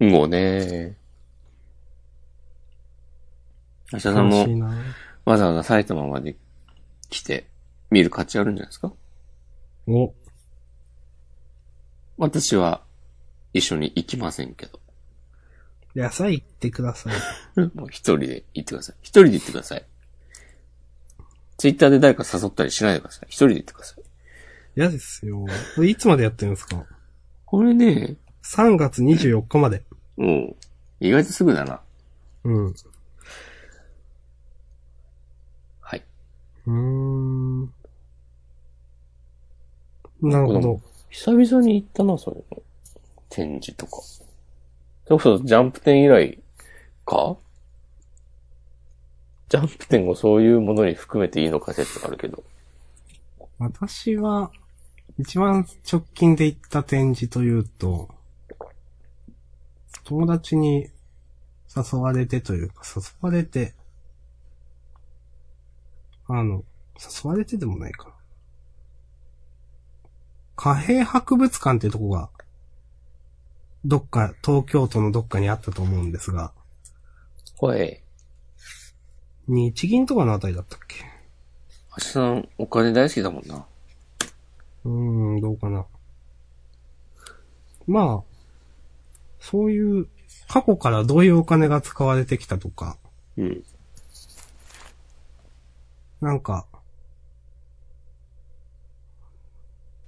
Speaker 1: もうね。明日さん
Speaker 2: 悲しい
Speaker 1: も
Speaker 2: な。
Speaker 1: わざわざ埼玉まで来て見る価値あるんじゃないですか
Speaker 2: お、
Speaker 1: 私は一緒に行きませんけど。
Speaker 2: 野菜行ってください。
Speaker 1: もう一人で行ってください。一人で行ってください。ツイッターで誰か誘ったりしないでください。一人で行ってください。
Speaker 2: 嫌ですよ。これいつまでやってるんですか
Speaker 1: これね、
Speaker 2: ?3 月24日まで。
Speaker 1: もう、意外とすぐだな。
Speaker 2: うん。う
Speaker 1: はい。
Speaker 2: ーん。なるほど。
Speaker 1: 久々に行ったな、それの。展示とか。それこそジャンプ展以来かジャンプ展をそういうものに含めていいのか説あるけど。
Speaker 2: 私は、一番直近で行った展示というと、友達に誘われてというか、誘われて、あの、誘われてでもないかな。貨幣博物館っていうとこが、どっか、東京都のどっかにあったと思うんですが、
Speaker 1: はい。
Speaker 2: 日銀とかのあたりだったっけ
Speaker 1: 橋さん、お金大好きだもんな。
Speaker 2: うーん、どうかな。まあ、そういう、過去からどういうお金が使われてきたとか、
Speaker 1: うん。
Speaker 2: なんか、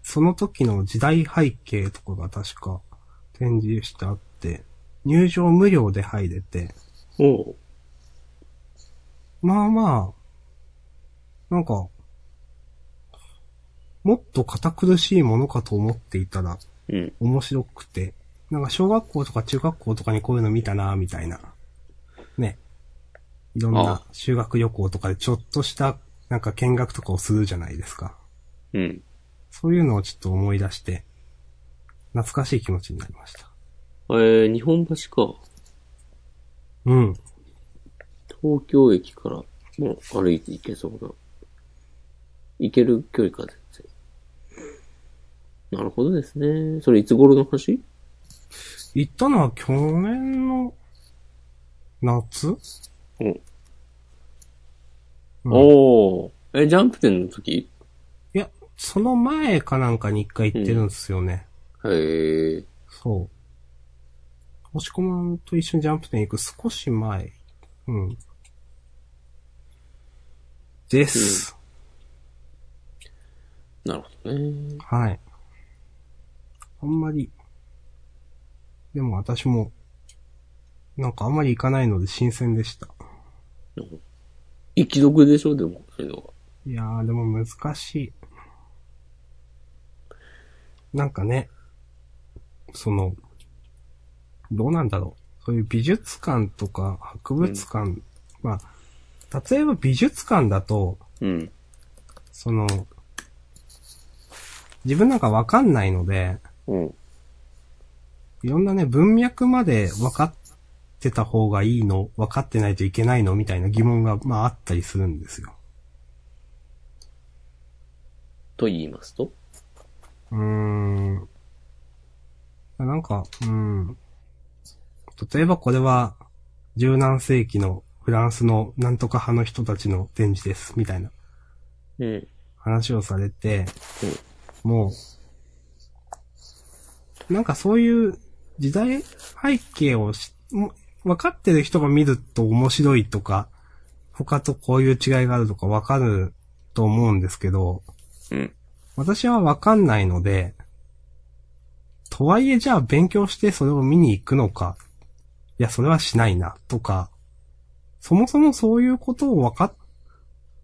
Speaker 2: その時の時代背景とかが確か展示してあって、入場無料で入れて、
Speaker 1: おう。
Speaker 2: まあまあ、なんか、もっと堅苦しいものかと思っていたら、
Speaker 1: うん。
Speaker 2: 面白くて、なんか小学校とか中学校とかにこういうの見たな、みたいな。ね。いろん
Speaker 1: あ
Speaker 2: な
Speaker 1: あ
Speaker 2: 修学旅行とかでちょっとした、なんか見学とかをするじゃないですか。
Speaker 1: うん。
Speaker 2: そういうのをちょっと思い出して、懐かしい気持ちになりました。
Speaker 1: えー、日本橋か。
Speaker 2: うん。
Speaker 1: 東京駅からもう歩いて行けそうな。行ける距離か、全然。なるほどですね。それいつ頃の橋
Speaker 2: 行ったのは去年の夏
Speaker 1: うん。
Speaker 2: うん
Speaker 1: おー。え、ジャンプ展の時
Speaker 2: いや、その前かなんかに一回行ってるんですよね。
Speaker 1: へえ。
Speaker 2: そう。押し込まんと一緒にジャンプ店行く少し前。うん。です。
Speaker 1: なるほどね。
Speaker 2: はい。あんまり、でも私も、なんかあんまり行かないので新鮮でした。
Speaker 1: 一読でしょ、でも、そういうのは。
Speaker 2: いやー、でも難しい。なんかね、その、どうなんだろう。そういう美術館とか博物館、まあ、例えば美術館だと、
Speaker 1: うん。
Speaker 2: その、自分なんかわかんないので、
Speaker 1: うん。
Speaker 2: いろんなね、文脈まで分かってた方がいいの、分かってないといけないのみたいな疑問が、まああったりするんですよ。
Speaker 1: と言いますと
Speaker 2: うーん。なんか、うん。例えばこれは、十何世紀のフランスのなんとか派の人たちの展示です、みたいな
Speaker 1: うん。
Speaker 2: 話をされて、もう、なんかそういう時代背景をし、も分かってる人が見ると面白いとか、他とこういう違いがあるとか分かると思うんですけど、
Speaker 1: うん。
Speaker 2: 私はわかんないので、とはいえじゃあ勉強してそれを見に行くのか、いや、それはしないな、とか、そもそもそういうことを分かっ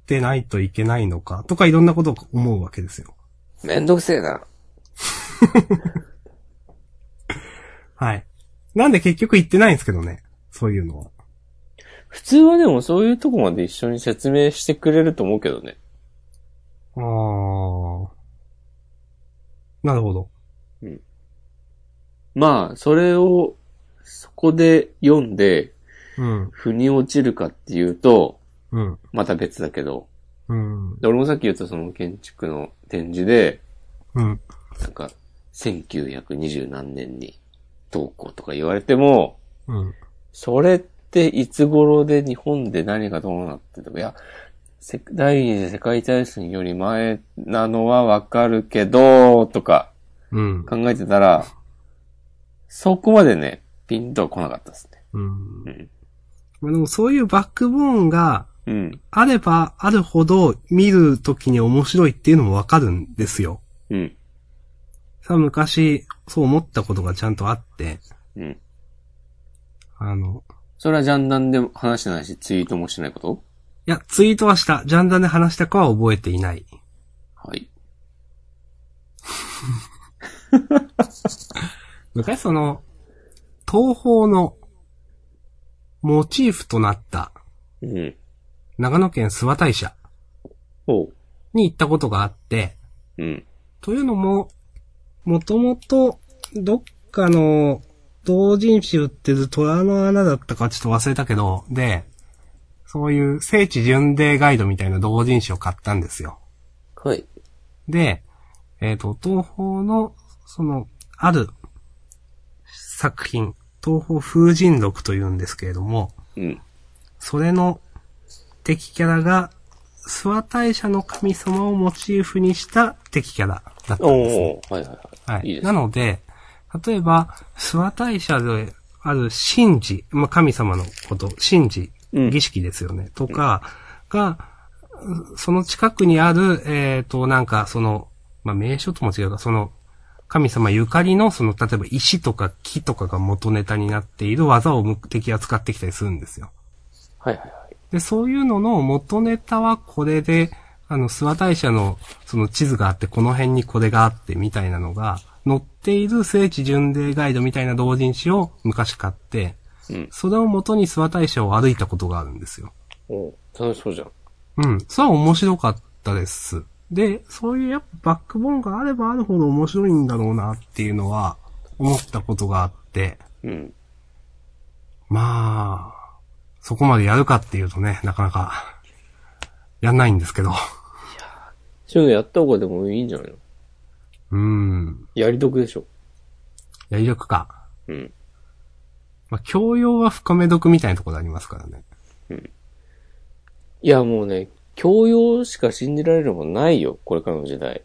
Speaker 2: てないといけないのか、とかいろんなことを思うわけですよ。
Speaker 1: めんどくせえな。
Speaker 2: はい。なんで結局行ってないんですけどね、そういうのは。
Speaker 1: 普通はでもそういうとこまで一緒に説明してくれると思うけどね。
Speaker 2: あー。なるほど。
Speaker 1: まあ、それを、そこで読んで、
Speaker 2: うん、
Speaker 1: 腑に落ちるかっていうと、
Speaker 2: うん、
Speaker 1: また別だけど、
Speaker 2: うん、
Speaker 1: で俺もさっき言ったその建築の展示で、
Speaker 2: うん、
Speaker 1: なんか、1920何年にどうこうとか言われても、
Speaker 2: うん。
Speaker 1: それっていつ頃で日本で何がどうなってとか、いや、せ第二次世界大戦より前なのはわかるけど、とか
Speaker 2: うん。
Speaker 1: 考えてたら、そこまでね、ピンとは来なかったですね。
Speaker 2: うん
Speaker 1: ん。
Speaker 2: まあでもそういうバックボーンが
Speaker 1: うん。
Speaker 2: あればあるほど見るときに面白いっていうのもわかるんですよ。
Speaker 1: うん。
Speaker 2: さあ昔そう思ったことがちゃんとあって、
Speaker 1: うん。
Speaker 2: あの、
Speaker 1: それはジャンダンで話してないし、ツイートもしてないこと
Speaker 2: いや、ツイートはした。ジャンダンで話したかは覚えていない。
Speaker 1: はい。
Speaker 2: 昔その、東方のモチーフとなった
Speaker 1: うん。
Speaker 2: 長野県諏訪大社
Speaker 1: ほ
Speaker 2: に行ったことがあって、
Speaker 1: う。うん。
Speaker 2: というのも、もともと、どっかの、同人誌売ってる虎の穴だったかちょっと忘れたけど、で、そういう聖地巡礼ガイドみたいな同人誌を買ったんですよ。
Speaker 1: はい。
Speaker 2: で、えっ、と、東方の、その、ある作品、東方風神録というんですけれども、
Speaker 1: うん。
Speaker 2: それの敵キャラが、諏訪大社の神様をモチーフにした敵キャラだったんですね。
Speaker 1: おー。はいはいは。
Speaker 2: はいい。
Speaker 1: いいです
Speaker 2: な
Speaker 1: ね。
Speaker 2: ので、例えば、諏訪大社である神事、まあ、神様のこと、神事、
Speaker 1: うん
Speaker 2: 儀式ですよね、とか、が、うんその近くにある、えっ、と、なんか、その、まあ、名所とも違うか、その、神様ゆかりの、その、例えば石とか木とかが元ネタになっている技を目的扱ってきたりするんですよ。
Speaker 1: はいはいはい。
Speaker 2: で、そういうのの元ネタはこれで、あの、諏訪大社のその地図があって、この辺にこれがあって、みたいなのが、載っている聖地巡礼ガイドみたいな同人誌を昔買って、
Speaker 1: うん
Speaker 2: それを元に諏訪大社を歩いたことがあるんですよ。
Speaker 1: おー楽しそうじゃん。
Speaker 2: うん。それは面白かったです。で、そういうやっぱバックボーンがあればあるほど面白いんだろうなっていうのは思ったことがあって、
Speaker 1: うん。
Speaker 2: まあ、そこまでやるかっていうとね、なかなか、やんないんですけど。
Speaker 1: そういうのやった方がでもいいんじゃないの
Speaker 2: うん。
Speaker 1: やり得でしょ。
Speaker 2: やり力か。
Speaker 1: うん。
Speaker 2: まあ、教養は深め読みたいなところありますからね。
Speaker 1: いや、もうね、教養しか信じられるもんないよ。これからの時代。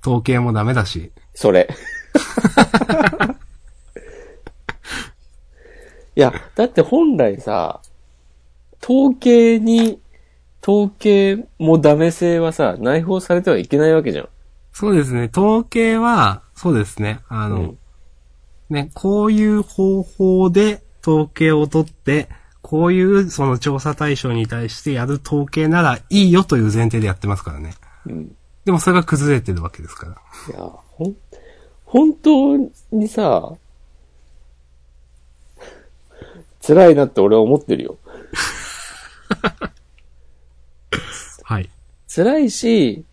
Speaker 2: 統計もダメだし。
Speaker 1: それ。いや、だって本来さ、統計に、統計もダメ性はさ、内包されてはいけないわけじゃん。
Speaker 2: そうですね。統計は、そうですね。あの、
Speaker 1: うん
Speaker 2: ね、こういう方法で統計を取って、こういうその調査対象に対してやる統計ならいいよという前提でやってますからね。
Speaker 1: うん。
Speaker 2: でもそれが崩れてるわけですから。
Speaker 1: いや、ほん、本当にさ、辛いなって俺は思ってるよ。
Speaker 2: はい。
Speaker 1: 辛いし、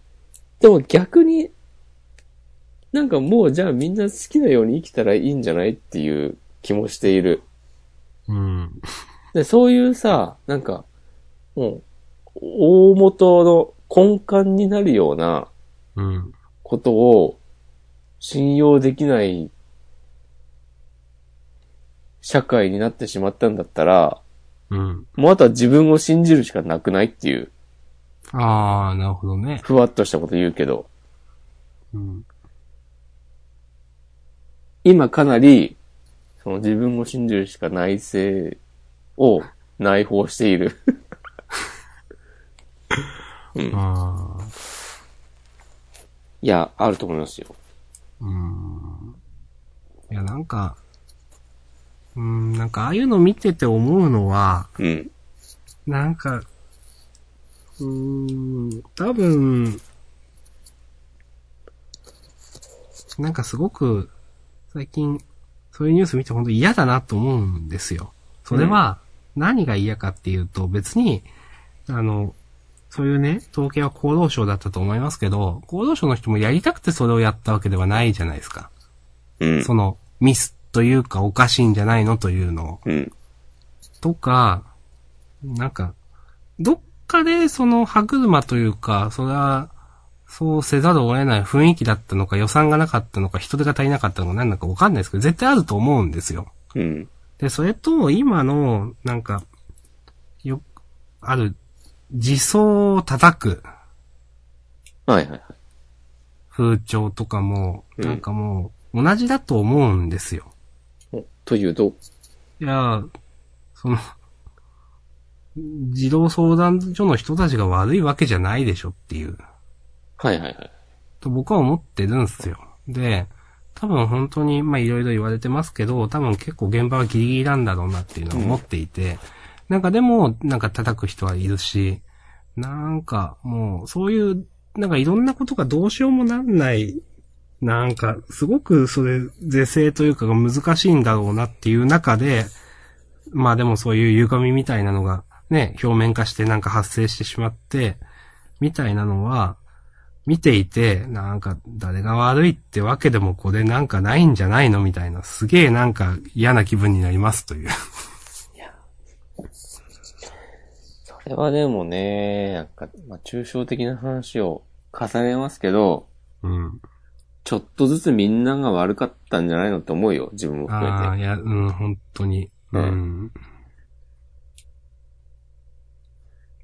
Speaker 1: でも逆に、なんかもうじゃあみんな好きなように生きたらいいんじゃないっていう気もしている。
Speaker 2: うん。
Speaker 1: で、そういうさ、なんか、もう、大元の根幹になるような
Speaker 2: うん。
Speaker 1: ことを信用できない社会になってしまったんだったら、
Speaker 2: うん。
Speaker 1: もうあとは自分を信じるしかなくないっていう、
Speaker 2: あー、なるほどね。
Speaker 1: ふわっとしたこと言うけど。
Speaker 2: うん。
Speaker 1: 今かなり、その自分を信じるしか内政を内包している。
Speaker 2: あー。
Speaker 1: いや、あると思いますよ。
Speaker 2: うーんいや、なんか、うーん、なんか、ああいうの見てて思うのは、
Speaker 1: うん。
Speaker 2: なんか、うーん、多分、なんかすごく、最近、そういうニュース見て本当嫌だなと思うんですよ。それは、何が嫌かっていうと、別に、あの、そういうね、統計は厚労省だったと思いますけど、厚労省の人もやりたくてそれをやったわけではないじゃないですか。
Speaker 1: うん。
Speaker 2: その、ミスというかおかしいんじゃないのというのを。
Speaker 1: うん。
Speaker 2: とか、なんか、どっかでその歯車というか、それは、そうせざるを得ない雰囲気だったのか、予算がなかったのか、人手が足りなかったのか、なんだかわかんないですけど、絶対あると思うんですよ。
Speaker 1: うん。
Speaker 2: で、それと、今の、なんか、よ、ある、自走を叩く
Speaker 1: はいはいはい。
Speaker 2: 風潮とかも、
Speaker 1: うん
Speaker 2: なんかもう、同じだと思うんですよ。
Speaker 1: おというと、
Speaker 2: いや、その、児童相談所の人たちが悪いわけじゃないでしょっていう、
Speaker 1: はいはいはい。
Speaker 2: と僕は思ってるんですよ。で、多分本当に、まあいろいろ言われてますけど、多分結構現場はギリギリなんだろうなっていうのを思っていて、なんかでも、なんか叩く人はいるし、なんかもう、そういう、なんかいろんなことがどうしようもなんない、なんか、すごくそれ、是正というかが難しいんだろうなっていう中で、まあでもそういう歪みみたいなのが、ね、表面化してなんか発生してしまって、みたいなのは、見ていて、なんか、誰が悪いってわけでもこれなんかないんじゃないのみたいな、すげえなんか嫌な気分になりますという。
Speaker 1: それはでもね、なんか、まあ、抽象的な話を重ねますけど、
Speaker 2: うん。
Speaker 1: ちょっとずつみんなが悪かったんじゃないのって思うよ、自分も
Speaker 2: あ
Speaker 1: 含
Speaker 2: あ、
Speaker 1: め
Speaker 2: い
Speaker 1: て。
Speaker 2: や、うん、本当に。うん。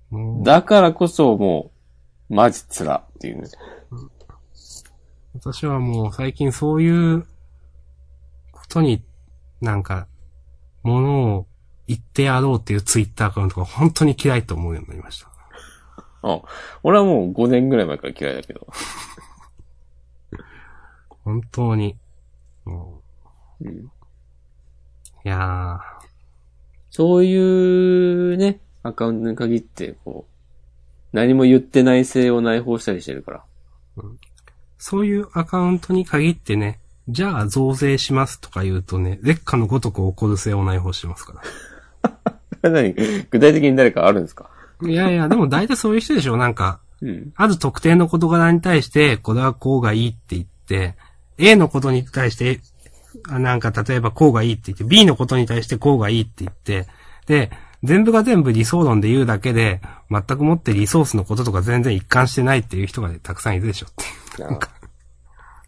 Speaker 2: もう
Speaker 1: だからこそもう、マジ辛っていうね。
Speaker 2: 私はもう最近そういうことになんか、ものを言ってやろうっていうツイッターアカウントが本当に嫌いと思うようになりました。
Speaker 1: うん。俺はもう5年ぐらい前から嫌いだけど。
Speaker 2: 本当に。も
Speaker 1: うん、
Speaker 2: ういや
Speaker 1: そういうね、アカウントに限って、こう、何も言ってない性を内包したりしてるから。
Speaker 2: ー、そういうアカウントに限ってね、じゃあ増税しますとか言うとね、劣化のごとく起こる性を内包してますか ら。
Speaker 1: 何具体的に誰かあるんですか
Speaker 2: いやいや、でも大体そういう人でしょ、なんか。
Speaker 1: うん。
Speaker 2: ある特定の事柄に対して、これはこうがいいって言って、A のことに対して、あなんか例えばこうがいいって言って、B のことに対してこうがいいって言って、で、全部が全部理想論で言うだけで、全くもってリソースのこととか全然一貫してないっていう人がねたくさんいるでしょっていう。なんか、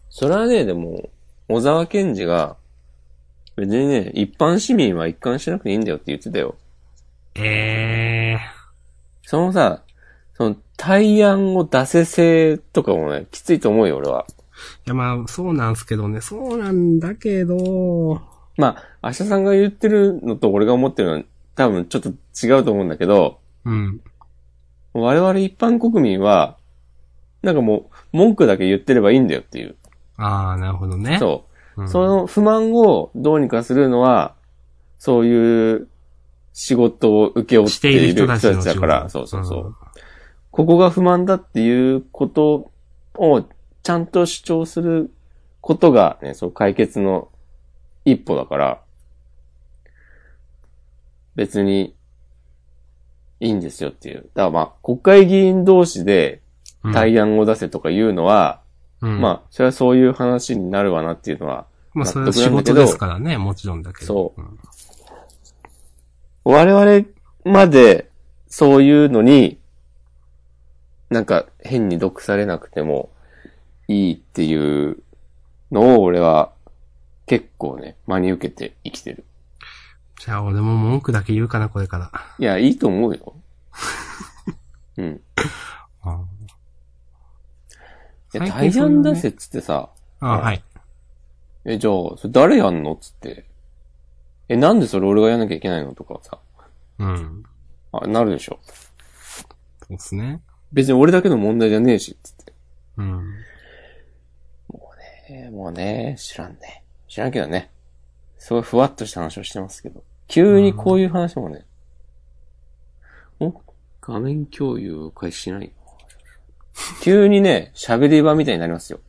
Speaker 1: それはね、でも、小沢健二が、別にね、一般市民は一貫しなくていいんだよって言ってたよ。
Speaker 2: え
Speaker 1: そのさ、その、対案を出せ性とかもね、きついと思うよ、俺は。
Speaker 2: ー。いやまあ、そうなんすけどね、そうなんだけど、
Speaker 1: まあ、明日さんが言ってるのと俺が思ってるのは、多分ちょっと違うと思うんだけど、
Speaker 2: うん。
Speaker 1: 我々一般国民は、なんかもう、文句だけ言ってればいいんだよっていう。
Speaker 2: ああ、なるほどね。
Speaker 1: そう。
Speaker 2: うん
Speaker 1: その不満をどうにかするのは、そういう仕事を請け負っ
Speaker 2: してている
Speaker 1: いる人
Speaker 2: 人た
Speaker 1: た
Speaker 2: ちの
Speaker 1: ちだか
Speaker 2: 仕
Speaker 1: ら、
Speaker 2: 事
Speaker 1: そうそうそう。
Speaker 2: うん
Speaker 1: ここが不満だっていうことをちゃんと主張することがね、そう解決の一歩だから、別にいいんですよっていう。だからまあ、国会議員同士で
Speaker 2: うん
Speaker 1: 対案を出せとかいうのは、
Speaker 2: うん
Speaker 1: まあ、それはそういう話になるわなっていうのは、
Speaker 2: まあ、それは
Speaker 1: 納
Speaker 2: 仕
Speaker 1: 得なんだけ
Speaker 2: 事
Speaker 1: ど
Speaker 2: ですからね、もちろんだけど。
Speaker 1: そうん我々までそういうのに、なんか変に毒されなくてもいいっていうのを俺は結構ね、真に受けて生きてる。
Speaker 2: じゃあ、俺も文句だけ言うかな、これから。
Speaker 1: いや、いいと思う よ。うん。
Speaker 2: あ
Speaker 1: いや、
Speaker 2: 最近
Speaker 1: 対
Speaker 2: そ
Speaker 1: 案
Speaker 2: んなね
Speaker 1: 出せっつってさ、
Speaker 2: あ、
Speaker 1: うん
Speaker 2: はい。
Speaker 1: え、じゃあ、それ誰やんのっつって。え、なんでそれ俺がやんなきゃいけないのとかさ、
Speaker 2: うん。
Speaker 1: あ、なるでしょ。
Speaker 2: そうですね。
Speaker 1: 別に俺だけの問題じゃねえし、つって。
Speaker 2: うん。
Speaker 1: えーもうね、知らんね。知らんけどね。すごいふわっとした話をしてますけど。急にこういう話もね。お画面共有を開始しないよ。急にね、喋り場みたいになりますよ。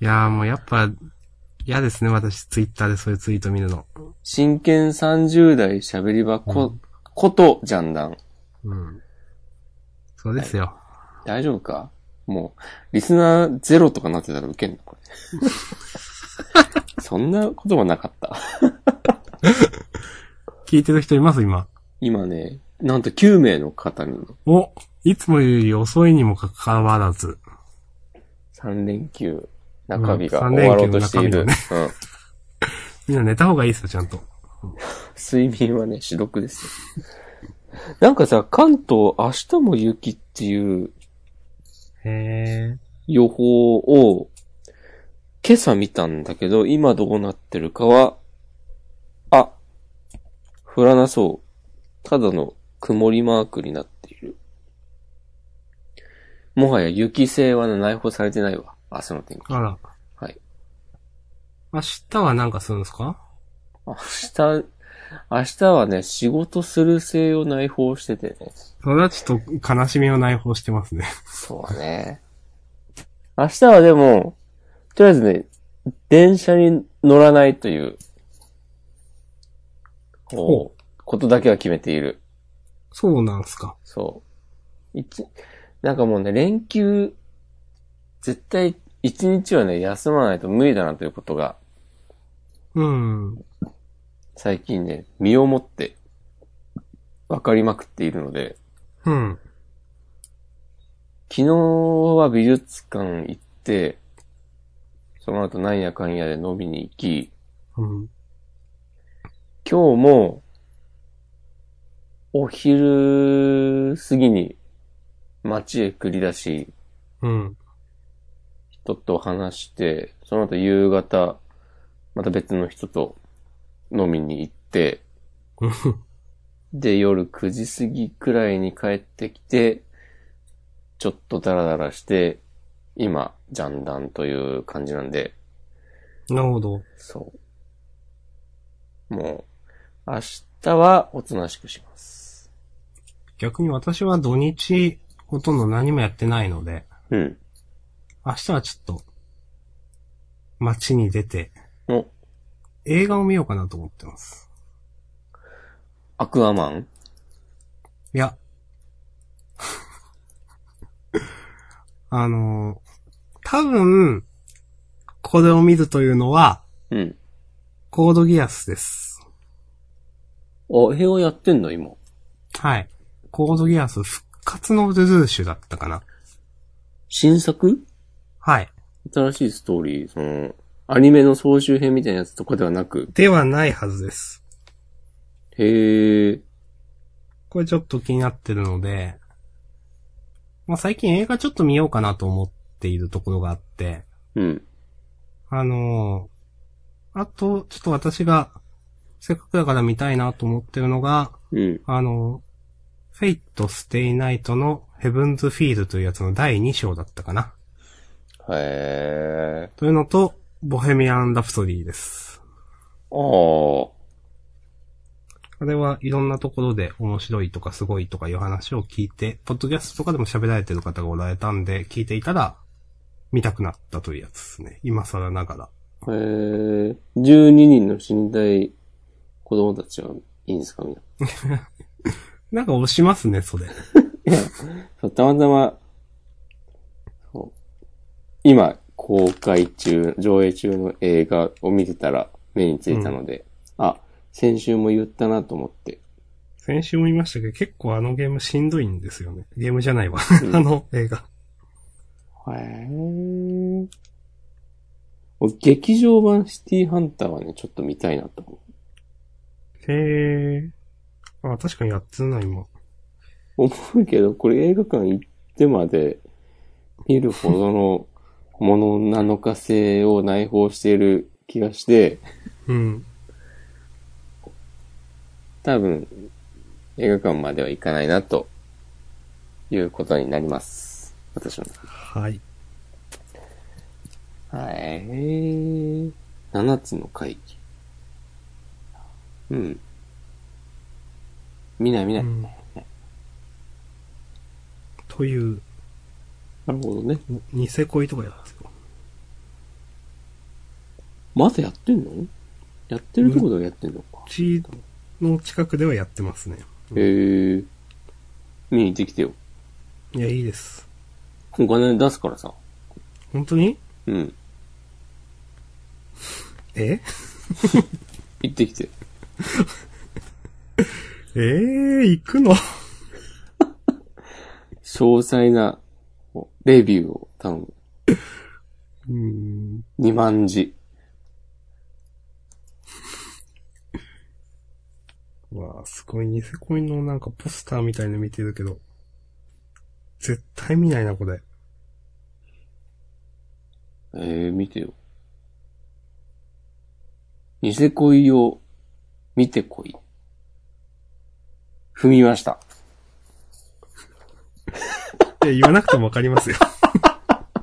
Speaker 2: いやーもうやっぱ、嫌ですね、私、ツイッターでそういうツイート見るの。
Speaker 1: 真剣30代喋り場こ、こと、ジャンダン。
Speaker 2: うん。そうですよ。
Speaker 1: 大丈夫かもう、リスナーゼロとかなってたらウケんのこ れ。そんなこともなかった。
Speaker 2: 聞いてる人います、今。
Speaker 1: 今ね、なんと9名の方に
Speaker 2: おいつもより遅いにもかかわらず。
Speaker 1: 3連休中日が
Speaker 2: うん
Speaker 1: 終わろうとしてい
Speaker 2: 三連休の
Speaker 1: る。
Speaker 2: 中
Speaker 1: うん。
Speaker 2: みんな寝た方がいいですよ、ちゃんと。
Speaker 1: 睡眠はね、死毒ですよ。 なんかさ、関東明日も雪っていう
Speaker 2: へえ。
Speaker 1: 予報を今朝見たんだけど、今どうなってるかは、あ、降らなそう。ただの曇りマークになっている。もはや雪性はね、内包されてないわ。明日の天気。
Speaker 2: あら。
Speaker 1: はい。
Speaker 2: 明日はなんかするんですか
Speaker 1: 明日、明日はね、仕事する性を内包しててね。
Speaker 2: それはちょっと悲しみを内包してますね。
Speaker 1: そうね。明日はでも、とりあえずね、電車に乗らないという、こう、ことだけは決めている。
Speaker 2: そうなんすか。
Speaker 1: そう。一、なんかもうね、連休、絶対一日はね、休まないと無理だなということが、
Speaker 2: うん。
Speaker 1: 最近ね、身をもって、わかりまくっているので、
Speaker 2: うん。
Speaker 1: 昨日は美術館行って、その後なんやかんやで飲みに行き、
Speaker 2: うん。
Speaker 1: 今日も、お昼過ぎに街へ繰り出し、
Speaker 2: うん。
Speaker 1: 人と話して、その後夕方、また別の人と飲みに行って、
Speaker 2: うん
Speaker 1: で、夜9時過ぎくらいに帰ってきて、ちょっとダラダラして、今、ジャンダンという感じなんで、
Speaker 2: なるほど。
Speaker 1: そう。もう、明日はおとなしくします。
Speaker 2: 逆に私は土日、ほとんど何もやってないので、
Speaker 1: うん。
Speaker 2: 明日はちょっと、街に出て、
Speaker 1: お、
Speaker 2: 映画を見ようかなと思ってます。
Speaker 1: アクアマン
Speaker 2: いや。 あのー、多分、これを見るというのは、
Speaker 1: うん。
Speaker 2: コードギアスです。
Speaker 1: あ、平和やってんの今。
Speaker 2: はい。コードギアス復活のルルーシュだったかな。
Speaker 1: 新作
Speaker 2: はい。
Speaker 1: 新しいストーリー、その、アニメの総集編みたいなやつとかではなく。
Speaker 2: ではないはずです。
Speaker 1: へえ。
Speaker 2: これちょっと気になってるので、まあ、最近映画ちょっと見ようかなと思っているところがあって、
Speaker 1: うん。
Speaker 2: あのーあと、ちょっと私が、せっかくだから見たいなと思ってるのが、
Speaker 1: うん。
Speaker 2: あの、フェイト・ステイ・ナイトのヘブンズ・フィールというやつの第2章だったかな。
Speaker 1: へえ。
Speaker 2: というのと、ボヘミアン・ラプソディです。
Speaker 1: ああ。
Speaker 2: あれはいろんなところで面白いとかすごいとかいう話を聞いて、ポッドキャストとかでも喋られてる方がおられたんで、聞いていたら、見たくなったというやつですね。今更ながら。
Speaker 1: へえ。12人の死にたい子供たちはいいんですかみんな。
Speaker 2: なんか押しますね、それ。
Speaker 1: そうたまたま、そう今、公開中、上映中の映画を見てたら目についたので、あ、先週も言ったなと思って。
Speaker 2: 先週も言いましたけど、結構あのゲームしんどいんですよね。ゲームじゃないわ。
Speaker 1: うん
Speaker 2: あの映画。
Speaker 1: へえ。俺劇場版シティハンターはね、ちょっと見たいなと思
Speaker 2: へえ。あ、確かにやってない、今。
Speaker 1: う。思うけど、これ映画館行ってまで見るほどのものなのか性を内包している気がして、
Speaker 2: うん。
Speaker 1: 多分映画館までは行かないなということになります。私の。
Speaker 2: はい。
Speaker 1: はい。7つの会議。うん。見ない見ない。
Speaker 2: うんという、
Speaker 1: なるほどね。
Speaker 2: ニセ恋とかやるんですよ。
Speaker 1: まだやってんのやってるとこではやってんのか
Speaker 2: う。ちの近くではやってますね。
Speaker 1: へえ。見に行ってきてよ。
Speaker 2: いや、いいです。
Speaker 1: お金出すからさ。
Speaker 2: 本当に
Speaker 1: うん。
Speaker 2: え
Speaker 1: 行ってきて。
Speaker 2: えー、行くの
Speaker 1: 詳細なおレビューを頼む。
Speaker 2: うーん。
Speaker 1: 二万字。
Speaker 2: うわあ、すごい、ニセコイのなんかポスターみたいの見てるけど。絶対見ないな、これ。
Speaker 1: えー、見てよ。ニセ恋を見てこい。踏みました。
Speaker 2: いや、言わなくてもわかりますよ。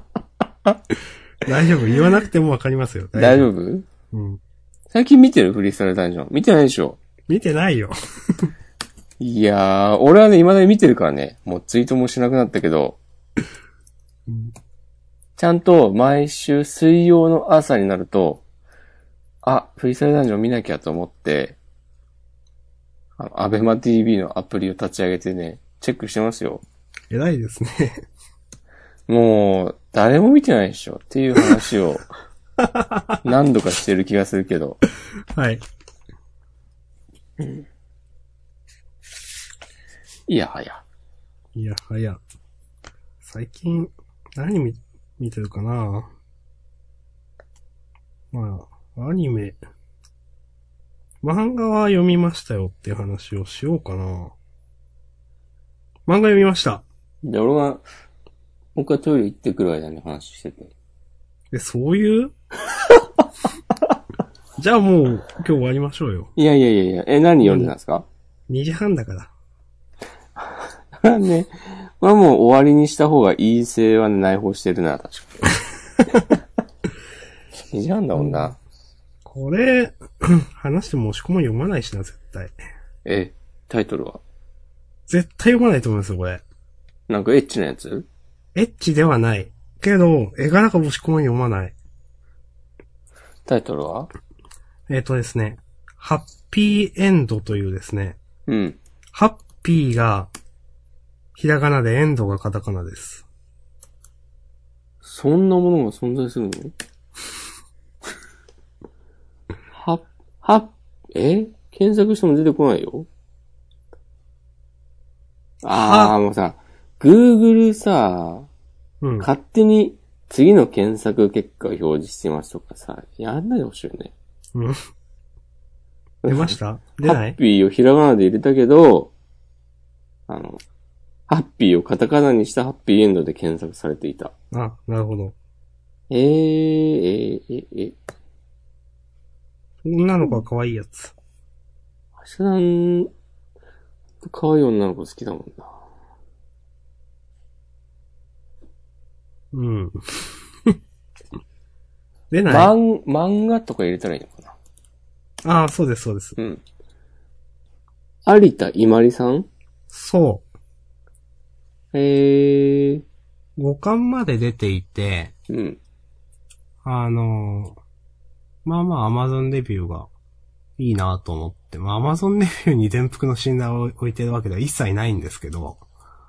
Speaker 2: 大丈夫。言わなくてもわかりますよ。
Speaker 1: 大丈夫
Speaker 2: 夫。うん。
Speaker 1: 最近見てるフリースタイルダンジョン。見てないでしょ
Speaker 2: 見てないよ。
Speaker 1: いやー、俺はね、未だに見てるからね。もうツイートもしなくなったけど。ちゃんと毎週水曜の朝になると、あ、フリースタイルダンジョン見なきゃと思って、あの、アベマ TV のアプリを立ち上げてね、チェックしてますよ。
Speaker 2: 偉いですね。
Speaker 1: もう、誰も見てないでしょっていう話 を、何度かしてる気がするけど。
Speaker 2: はい。
Speaker 1: いやはや。
Speaker 2: いや、はや。最近、何見、見てるかなまあ、アニメ。漫画は読みましたよっていう話をしようかな。漫画読みました。
Speaker 1: で、俺が、もう一回トイレ行ってくる間に話してて。
Speaker 2: え、そういう じゃあもう、今日終わりましょうよ。
Speaker 1: いやいやいやいや、え、何読んでたんです か、
Speaker 2: 2時半だから。
Speaker 1: ね。まあもう終わりにした方がいい性は内包してるな、確かに。2時半だもんな。
Speaker 2: これ、 話しても押し込ま読まないしな、絶対。
Speaker 1: え、タイトルは
Speaker 2: 絶対読まないと思いますよ、これ。
Speaker 1: なんかエッチなやつ
Speaker 2: エッチではない。けど、絵柄が押し込ま読まない。
Speaker 1: タイトルは
Speaker 2: えっ、とですね、ハッピーエンドというですね、
Speaker 1: うん。
Speaker 2: ハッピーが、ひらがなでエンドがカタカナです。
Speaker 1: そんなものが存在するのは、は、え検索しても出てこないよ。ああ、もうさ、Google さ、
Speaker 2: うん。
Speaker 1: 勝手に次の検索結果を表示してますとかさ、やんないでほしいよね。
Speaker 2: うん出ました出な
Speaker 1: ハ
Speaker 2: い
Speaker 1: ッピーをひらがなで入れたけど、あの、ハッピーをカタカナにしたハッピーエンドで検索されていた。
Speaker 2: あ、なるほど。
Speaker 1: えー、えー、えー、えー、
Speaker 2: 女の子は可愛いやつ。
Speaker 1: 橋田さん、可愛い女の子好きだもんな。
Speaker 2: うん。出ないあ
Speaker 1: 漫、漫画とか入れたらいいのかな
Speaker 2: あ、そうです、そうです。
Speaker 1: うん。有田伊まりさん
Speaker 2: そ
Speaker 1: えー、
Speaker 2: う。五巻まで出ていて、
Speaker 1: うん。
Speaker 2: あのーまあまあ、アマゾンレビューがいいなと思って、まあ、アマゾンレビューに全幅の診断を置いてるわけでは一切ないんですけど、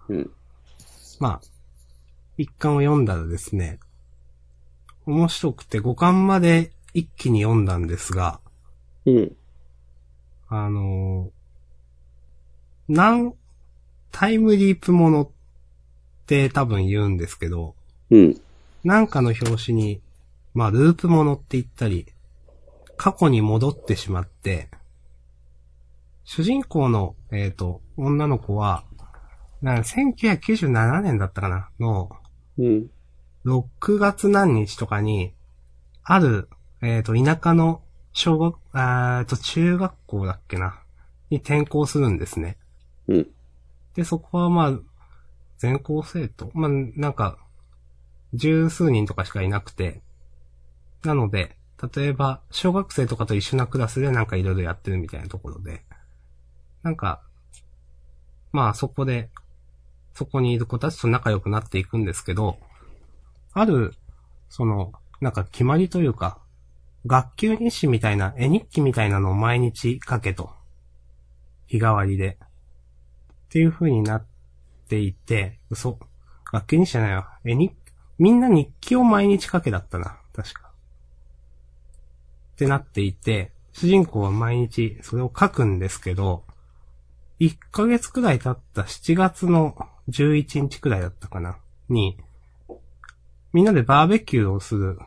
Speaker 1: うん。
Speaker 2: まあ、一巻を読んだらですね、面白くて五巻まで一気に読んだんですが、
Speaker 1: うん。
Speaker 2: あのーなん、タイムリープものって多分言うんですけど、
Speaker 1: うん。
Speaker 2: なんかの表紙に、まあ、ループものって言ったり、過去に戻ってしまって、主人公の、えっ、と、女の子は、なんか1997年だったかなの、
Speaker 1: うん。
Speaker 2: 6月何日とかに、ある、えっ、と、田舎の小学、あーえーと、中学校だっけな、に転校するんですね。
Speaker 1: うん。
Speaker 2: で、そこはまあ、全校生徒。まあ、なんか、十数人とかしかいなくて。なので、例えば、小学生とかと一緒なクラスでなんかいろいろやってるみたいなところで。なんか、まあそこで、そこにいる子たちと仲良くなっていくんですけど、ある、その、なんか決まりというか、学級日誌みたいな、絵日記みたいなのを毎日書けと。日替わりで。っていう風になっていて、嘘。学級日誌じゃないわ。え、に、みんな日記を毎日書けだったな。確か。ってなっていて、主人公は毎日それを書くんですけど、1ヶ月くらい経った7月の11日くらいだったかな。に、みんなでバーベキューをする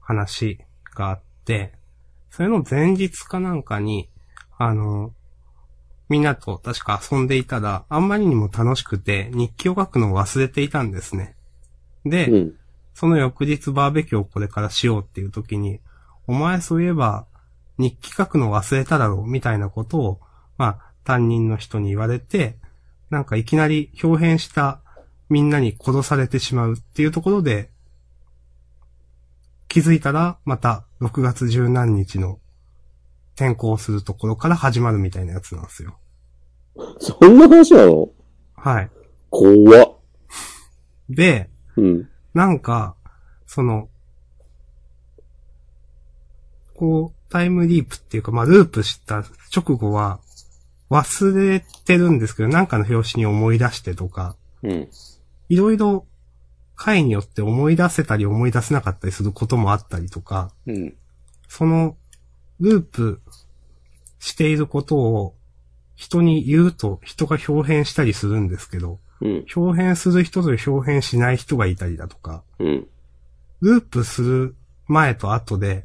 Speaker 2: 話があって、それの前日かなんかに、あの、みんなと確か遊んでいたら、あんまりにも楽しくて、日記を書くのを忘れていたんですね。で、
Speaker 1: うん。
Speaker 2: その翌日バーベキューをこれからしようっていう時に、お前そういえば日記書くの忘れただろうみたいなことを、まあ担任の人に言われて、なんかいきなり表変したみんなに殺されてしまうっていうところで、気づいたらまた6月十何日の転校するところから始まるみたいなやつなんですよ。
Speaker 1: そんな話なの
Speaker 2: はい。
Speaker 1: 怖っ。
Speaker 2: で、
Speaker 1: うん。
Speaker 2: なんか、その、こう、タイムリープっていうか、まあ、ループした直後は、忘れてるんですけど、なんかの表紙に思い出してとか、
Speaker 1: うん。
Speaker 2: いろいろ、回によって思い出せたり思い出せなかったりすることもあったりとか、
Speaker 1: うん。
Speaker 2: その、ループしていることを、人に言うと、人が表変したりするんですけど、
Speaker 1: うん。
Speaker 2: 表変する人と表変しない人がいたりだとか、
Speaker 1: うん。
Speaker 2: ループする前と後で、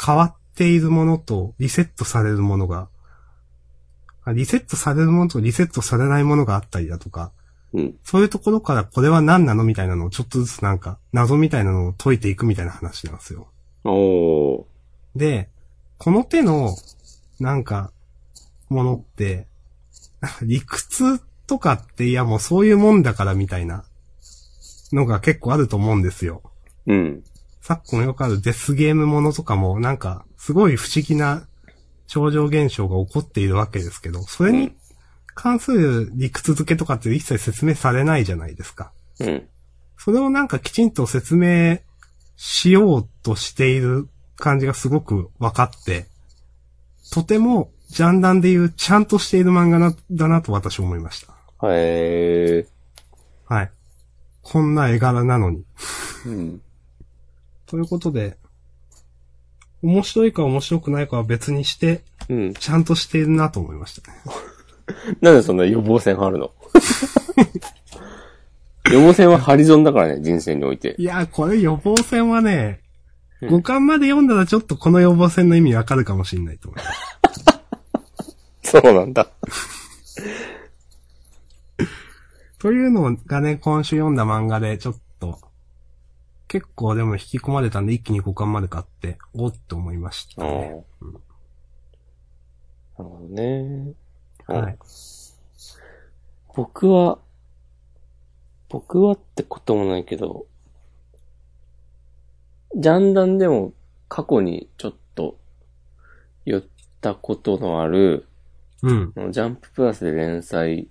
Speaker 2: 変わっているものとリセットされるものが、あリセットされるものとリセットされないものがあったりだとか、
Speaker 1: うん。
Speaker 2: そういうところからこれは何なのみたいなのをちょっとずつなんか謎みたいなのを解いていくみたいな話なんですよ。
Speaker 1: おー。
Speaker 2: で、この手の、なんか、ものって、なんか理屈とかっていやもうそういうもんだからみたいなのが結構あると思うんですよ。
Speaker 1: うん。
Speaker 2: 昨今よくあるデスゲームものとかも、なんか、すごい不思議な超常現象が起こっているわけですけど、それに関する理屈付けとかって一切説明されないじゃないですか。
Speaker 1: うん。
Speaker 2: それをなんかきちんと説明しようとしている感じがすごく分かって、とても、ジャンダンでいうちゃんとしている漫画なだなと私思いました。
Speaker 1: へー。
Speaker 2: はい。こんな絵柄なのに。
Speaker 1: うん。
Speaker 2: ということで、面白いか面白くないかは別にして、
Speaker 1: うん。
Speaker 2: ちゃんとしているなと思いましたね。
Speaker 1: なんでそんな予防線張るの 予防線はハリゾンだからね、人生において。
Speaker 2: いやー、これ予防線はね、
Speaker 1: うん
Speaker 2: 五巻まで読んだらちょっとこの予防線の意味わかるかもしれないと思います。
Speaker 1: そうなんだ。
Speaker 2: というのがね、今週読んだ漫画でちょっと、結構でも引き込まれたんで一気に五巻まで買って、おっと思いました
Speaker 1: ああ。な
Speaker 2: ね。
Speaker 1: るほどね。
Speaker 2: はい。
Speaker 1: 僕は、僕はってこともないけど、ジャンダンでも過去にちょっと言ったことのある、
Speaker 2: うん。
Speaker 1: ジャンププラスで連載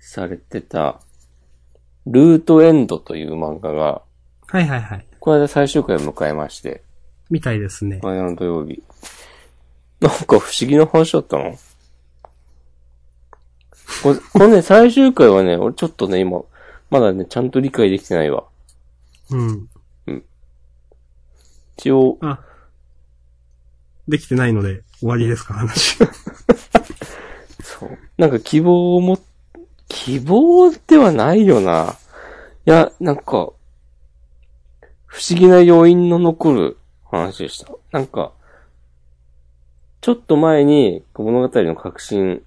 Speaker 1: されてた、ルートエンドという漫画が、
Speaker 2: はいはいはい。
Speaker 1: この間最終回を迎えまして、
Speaker 2: みたいですね。
Speaker 1: 前の土曜日。なんか不思議な話だったのこれ、これね、最終回はね、俺ちょっとね、今、まだね、ちゃんと理解できてないわ。
Speaker 2: うん。
Speaker 1: 一応、
Speaker 2: あ、できてないので終わりですか、話。
Speaker 1: そう。なんか希望をも、希望ではないよな。いや、なんか、不思議な要因の残る話でした。なんか、ちょっと前に物語の核心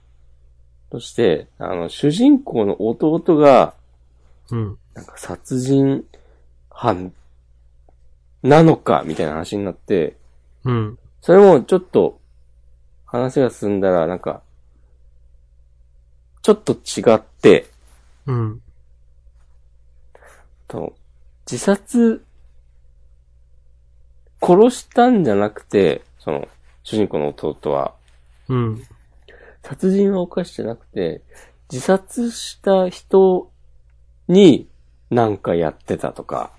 Speaker 1: として、あの、主人公の弟が、
Speaker 2: うん。
Speaker 1: なんか殺人犯なのか、みたいな話になって、
Speaker 2: うん。
Speaker 1: それもちょっと、話が進んだら、なんか、ちょっと違って、
Speaker 2: うん。
Speaker 1: と自殺、殺したんじゃなくて、その、主人公の弟は、
Speaker 2: うん。
Speaker 1: 殺人は犯してなくて、自殺した人になんかやってたとか、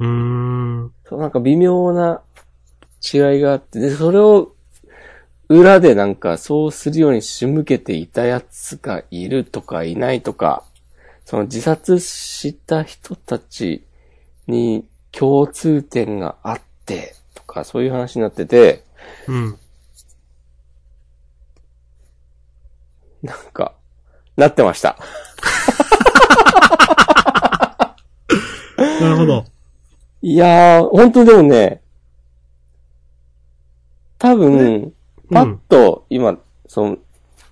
Speaker 2: うーん。
Speaker 1: そう、なんか微妙な違いがあって、で、それを裏でなんかそうするように仕向けていたやつがいるとかいないとか、その自殺した人たちに共通点があって、とかそういう話になってて、
Speaker 2: うん。
Speaker 1: なんか、なってました。
Speaker 2: なるほ ど。
Speaker 1: いやー、本当でもね、多分、
Speaker 2: うん
Speaker 1: パッと今、その、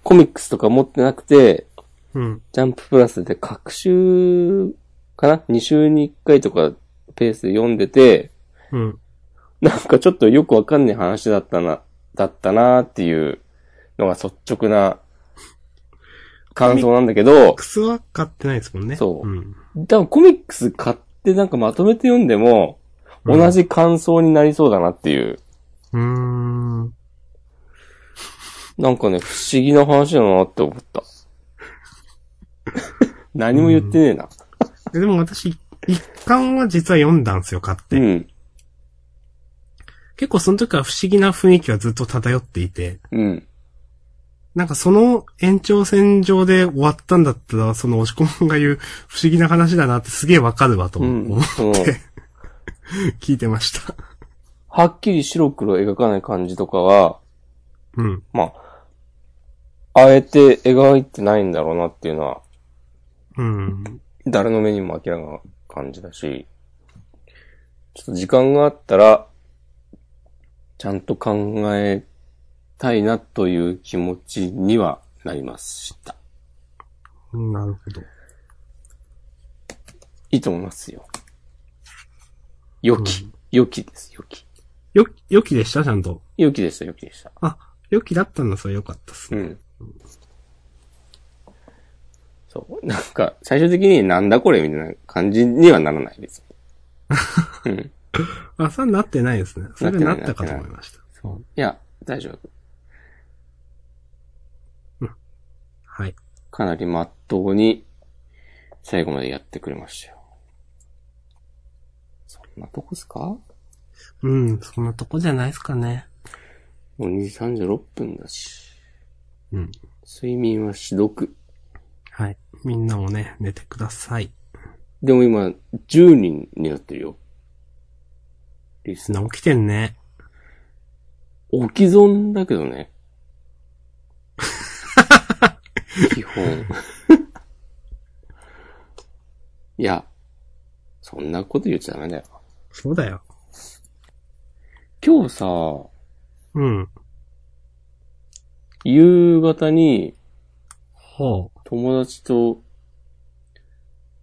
Speaker 1: コミックスとか持ってなくて、
Speaker 2: うん。
Speaker 1: ジャンププラスで各週かな ?2 週に1回とかペースで読んでて、
Speaker 2: うん。
Speaker 1: なんかちょっとよくわかんない話だったな、だったなーっていうのが率直な感想なんだけど、
Speaker 2: 靴は買ってないですもんね。
Speaker 1: そう
Speaker 2: うん。
Speaker 1: 多分コミックス買ってなんかまとめて読んでも、
Speaker 2: うん
Speaker 1: 同じ感想になりそうだなっていう、
Speaker 2: うーん。
Speaker 1: なんかね、不思議な話だなって思った。何も言ってねえな。
Speaker 2: ででも私、一巻は実は読んだんですよ、買って。
Speaker 1: うん。
Speaker 2: 結構その時は不思議な雰囲気はずっと漂っていて、
Speaker 1: うん。
Speaker 2: なんかその延長線上で終わったんだったら、その押し込むが言う不思議な話だなってすげえわかるわと
Speaker 1: う
Speaker 2: 思
Speaker 1: ん。
Speaker 2: っ
Speaker 1: その、
Speaker 2: て、聞いてました。
Speaker 1: はっきり白黒描かない感じとかは、
Speaker 2: うん。
Speaker 1: まあ、あえて描いてないんだろうなっていうのは、
Speaker 2: うん。
Speaker 1: 誰の目にも明らかな感じだし、ちょっと時間があったら、ちゃんと考えたいなという気持ちにはなりました。
Speaker 2: なるほど。
Speaker 1: いいと思いますよ。良き。良きです。良き。
Speaker 2: よ、良きでしたちゃんと。
Speaker 1: 良きでした、良きでした。
Speaker 2: あ、良きだったんだ、それ良かったっす
Speaker 1: う
Speaker 2: ね。
Speaker 1: ん。そう。なんか、最終的になんだこれみたいな感じにはならないです。うん。
Speaker 2: あ、それはなってないですね。それは
Speaker 1: な
Speaker 2: な
Speaker 1: っ
Speaker 2: って
Speaker 1: ない
Speaker 2: たかと思いました。
Speaker 1: そう。いや、大丈夫。
Speaker 2: はい。
Speaker 1: かなりまっとうに、最後までやってくれましたよ。そんなとこっすかも
Speaker 2: うん、そんなとこじゃないですかね。
Speaker 1: う2時36分だし。
Speaker 2: うん。
Speaker 1: 睡眠はしどく。
Speaker 2: はい。みんなもね、寝てください。
Speaker 1: でも今、10人になってるよ。リスナー
Speaker 2: な、起きてんね。
Speaker 1: 置き損だけどね。基本。 いや、そんなこと言っちゃダメだよ。
Speaker 2: そうだよ。
Speaker 1: 今日さ、
Speaker 2: うん。
Speaker 1: 夕方に
Speaker 2: ほ
Speaker 1: 友達と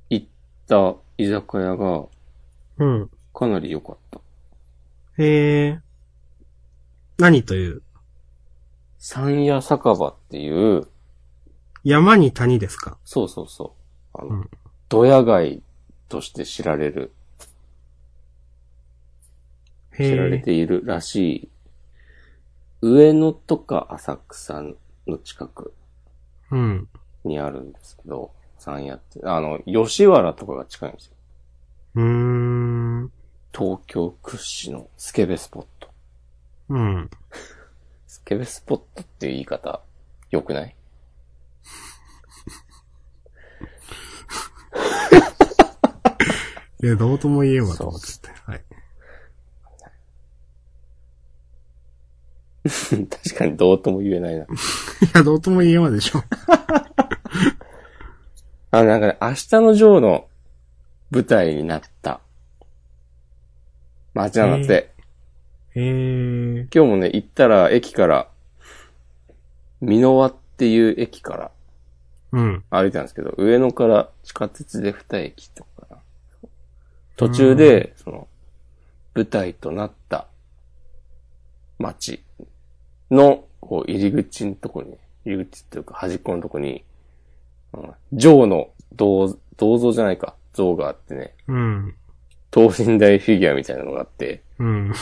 Speaker 1: 行った居酒屋が
Speaker 2: う。うん。
Speaker 1: かなり良かった。
Speaker 2: えー。何という
Speaker 1: 三夜酒場っていう、
Speaker 2: 山に谷ですか
Speaker 1: そうそうそう。あの、
Speaker 2: うん
Speaker 1: ドヤ街として知られる、
Speaker 2: へ
Speaker 1: 知られ
Speaker 2: え。
Speaker 1: ているらしい、上野とか浅草の近く
Speaker 2: うん。
Speaker 1: にあるんですけど、三夜って、あの、吉原とかが近いんですよ。
Speaker 2: うーん。
Speaker 1: 東京屈指のスケベスポット。
Speaker 2: うん。
Speaker 1: スケベスポットっていう言い方、良くない
Speaker 2: いや、どうとも言えんわと思ってて。はい。
Speaker 1: 確かにどうとも言えないな。
Speaker 2: いや、どうとも言えんわでしょ。
Speaker 1: あの、なんかね、明日のジョーの舞台になった街なんだって、
Speaker 2: へえ。
Speaker 1: 今日もね、行ったら駅から、美濃輪っていう駅から
Speaker 2: うん。
Speaker 1: 歩いたんですけど、上野から地下鉄で二駅とかな。途中で、その、舞台となった街の、こう、入り口のとこに、入り口っていうか端っこのとこに、うんジョーの銅銅像じゃないか、像があってね、
Speaker 2: うん。
Speaker 1: 等身大フィギュアみたいなのがあって、
Speaker 2: うん。う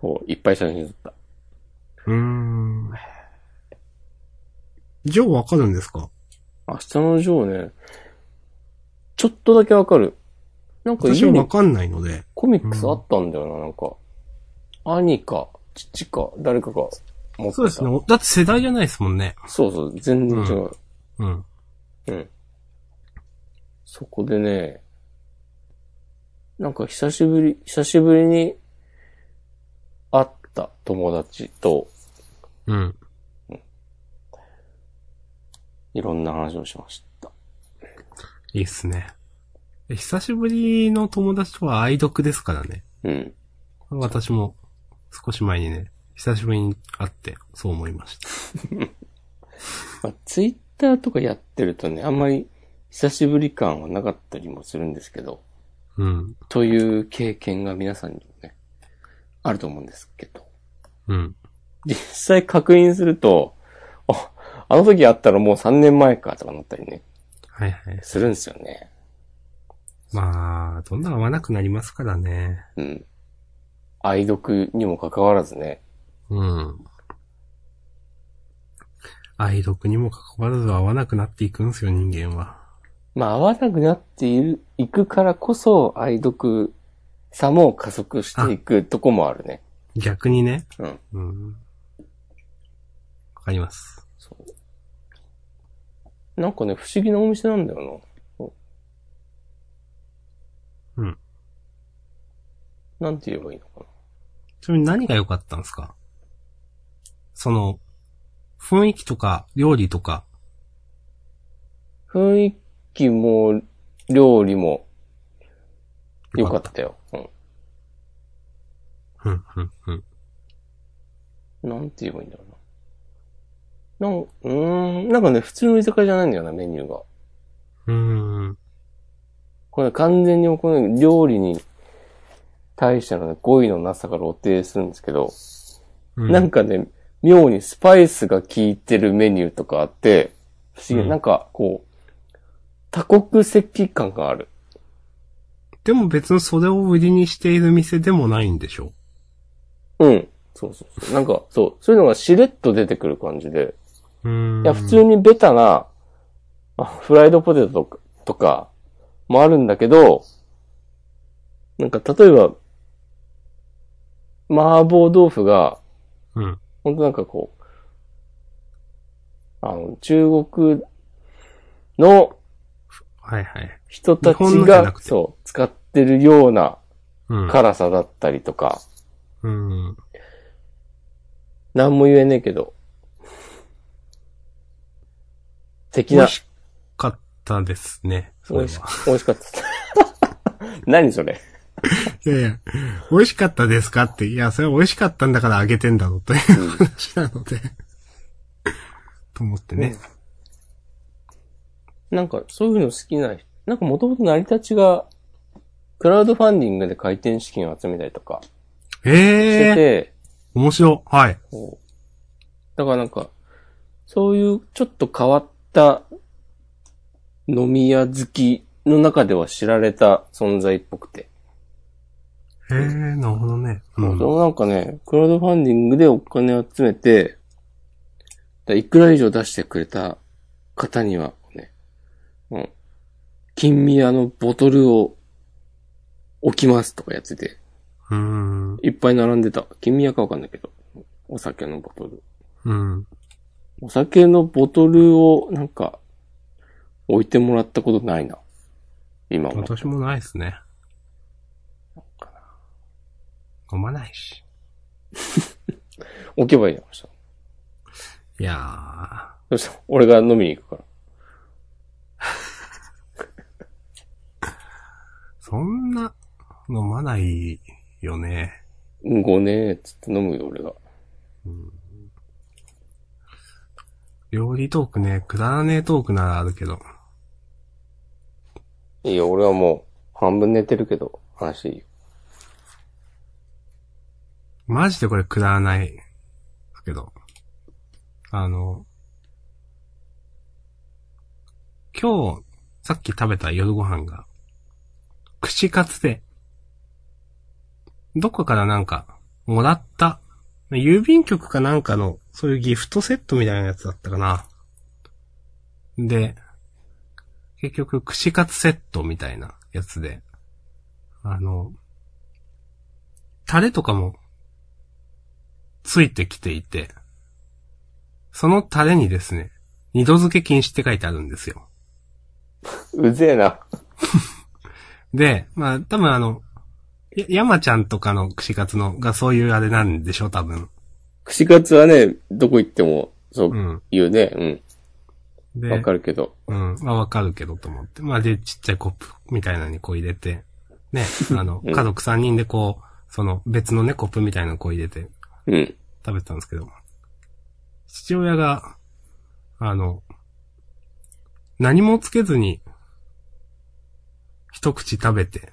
Speaker 1: こう、いっぱい写真撮った。
Speaker 2: ーん。ジョーわかるんですか
Speaker 1: 明日のジョーね、ちょっとだけわかる。なんか
Speaker 2: 私
Speaker 1: 家
Speaker 2: は
Speaker 1: に
Speaker 2: わかんないので。
Speaker 1: コミックスあったんだよな、なんか。兄か、父か、誰かが持ってた。
Speaker 2: そうですね。。おだって世代じゃないですもんね。
Speaker 1: そうそう、全然違う。
Speaker 2: うん。
Speaker 1: うん。そこでね、なんか久しぶり、久しぶりに会った友達と
Speaker 2: うん。
Speaker 1: いろんな話をしました。
Speaker 2: いいっすね。久しぶりの友達とは愛読ですからね。
Speaker 1: うん。
Speaker 2: これ私も少し前にね、久しぶりに会ってそう思いました。
Speaker 1: まあ、ツイッターとかやってるとね、あんまり久しぶり感はなかったりもするんですけど、
Speaker 2: うん。
Speaker 1: という経験が皆さんにもね、あると思うんですけど。
Speaker 2: うん。
Speaker 1: 実際確認すると、あ、あの時あったらもう3年前かとかなったりね、
Speaker 2: はいはい。
Speaker 1: するんですよね。
Speaker 2: まあ、どんな合わなくなりますからね。
Speaker 1: うん。愛読にもかかわらずね、
Speaker 2: うん。愛読にもかかわらず合わなくなっていくんですよ、人間は。
Speaker 1: まあ合わなくなっている、いくからこそ愛読さも加速していくとこもあるね。
Speaker 2: 逆にね。
Speaker 1: うん。
Speaker 2: うん。わかります。
Speaker 1: そう。なんかね、不思議なお店なんだよな。
Speaker 2: うん。
Speaker 1: なんて言えばいいのかな。
Speaker 2: ちなみに何が良かったんですかその、雰囲気とか、料理とか。
Speaker 1: 雰囲気も、料理も、良かったよ。うん。
Speaker 2: うん、うん、うん。
Speaker 1: なんて言えばいいんだろうな。なん、うーん、なんかね、普通の居酒屋じゃないんだよな、メニューが。
Speaker 2: うーん。
Speaker 1: これ完全にこの料理に対してのね、語彙のなさが露呈するんですけど、
Speaker 2: うん
Speaker 1: なんかね、妙にスパイスが効いてるメニューとかあって、不思議、
Speaker 2: うん
Speaker 1: なんかこう、多国籍感がある。
Speaker 2: でも別にそれを売りにしている店でもないんでしょ
Speaker 1: うん。そうそうそう。なんか、そう、そういうのがしれっと出てくる感じで、
Speaker 2: うーん。
Speaker 1: いや、普通にベタな、あフライドポテトとかとかもあるんだけど、なんか例えば、麻婆豆腐が、
Speaker 2: うん。
Speaker 1: ほんとなんかこう、あの、中国の
Speaker 2: はいはい。
Speaker 1: 人たち
Speaker 2: 日本のじゃな
Speaker 1: が、
Speaker 2: くて
Speaker 1: そう、使ってるような
Speaker 2: うん。
Speaker 1: 辛さだったりとか、
Speaker 2: うん。
Speaker 1: なんも言えねえけど、的
Speaker 2: 美
Speaker 1: な
Speaker 2: 味、しかったですね。そ
Speaker 1: 美
Speaker 2: れ
Speaker 1: 味し
Speaker 2: は。
Speaker 1: 美味しかった。 何それ
Speaker 2: いやいや、美味しかったですかって、いや、それ美味しかったんだからあげてんだろうという話なので。と思ってね。
Speaker 1: なんか、そういうの好きな人、なんかもともと成り立ちが、クラウドファンディングで回転資金を集めたりとかし
Speaker 2: え
Speaker 1: て
Speaker 2: え
Speaker 1: て、
Speaker 2: 面白い。はい。
Speaker 1: こうだからなんか、そういうちょっと変わった飲み屋好きの中では知られた存在っぽくて。
Speaker 2: ええなるほどね。う
Speaker 1: そ
Speaker 2: ん。
Speaker 1: のなんかね、クラウドファンディングでお金を集めて、だいくら以上出してくれた方には、ね、うん、金宮のボトルを置きますとかやってて、
Speaker 2: うん。
Speaker 1: いっぱい並んでた。金宮かわかんないけど、お酒のボトル。
Speaker 2: うん。
Speaker 1: お酒のボトルをなんか、置いてもらったことないな。今も。
Speaker 2: 私もないですね。飲まないし。
Speaker 1: 置けばいいな、そしたら
Speaker 2: いや
Speaker 1: そしたら俺が飲みに行くから。
Speaker 2: ー、そんな、飲まないよね。
Speaker 1: うん、ごねーっつって飲むよ、俺が。
Speaker 2: 料理トークね、くだらねえトークならあるけど。
Speaker 1: いいよ、俺はもう、半分寝てるけど、話いいよ。
Speaker 2: マジでこれくだらない。だけど。あの、今日、さっき食べた夜ご飯が、串カツで、どこからなんか、もらった、郵便局かなんかの、そういうギフトセットみたいなやつだったかな。で、結局、串カツセットみたいなやつで、あの、タレとかもついてきていて、そのタレにですね、二度漬け禁止って書いてあるんですよ。
Speaker 1: うぜえな。
Speaker 2: で、まあ、多分あの、や、山ちゃんとかの串カツのがそういうあれなんでしょ、多分。
Speaker 1: 串カツはね、どこ行っても、そうう、
Speaker 2: ん。
Speaker 1: 言うね。うん。
Speaker 2: で、
Speaker 1: わかるけど。
Speaker 2: うん。まあわかるけどと思って。まあで、ちっちゃいコップみたいなのにこう入れて、ね、あの、
Speaker 1: うん
Speaker 2: 家族3人でこう、その別のね、コップみたいなのこう入れて
Speaker 1: うん。
Speaker 2: 食べてたんですけど、父親が、あの、何もつけずに、一口食べて、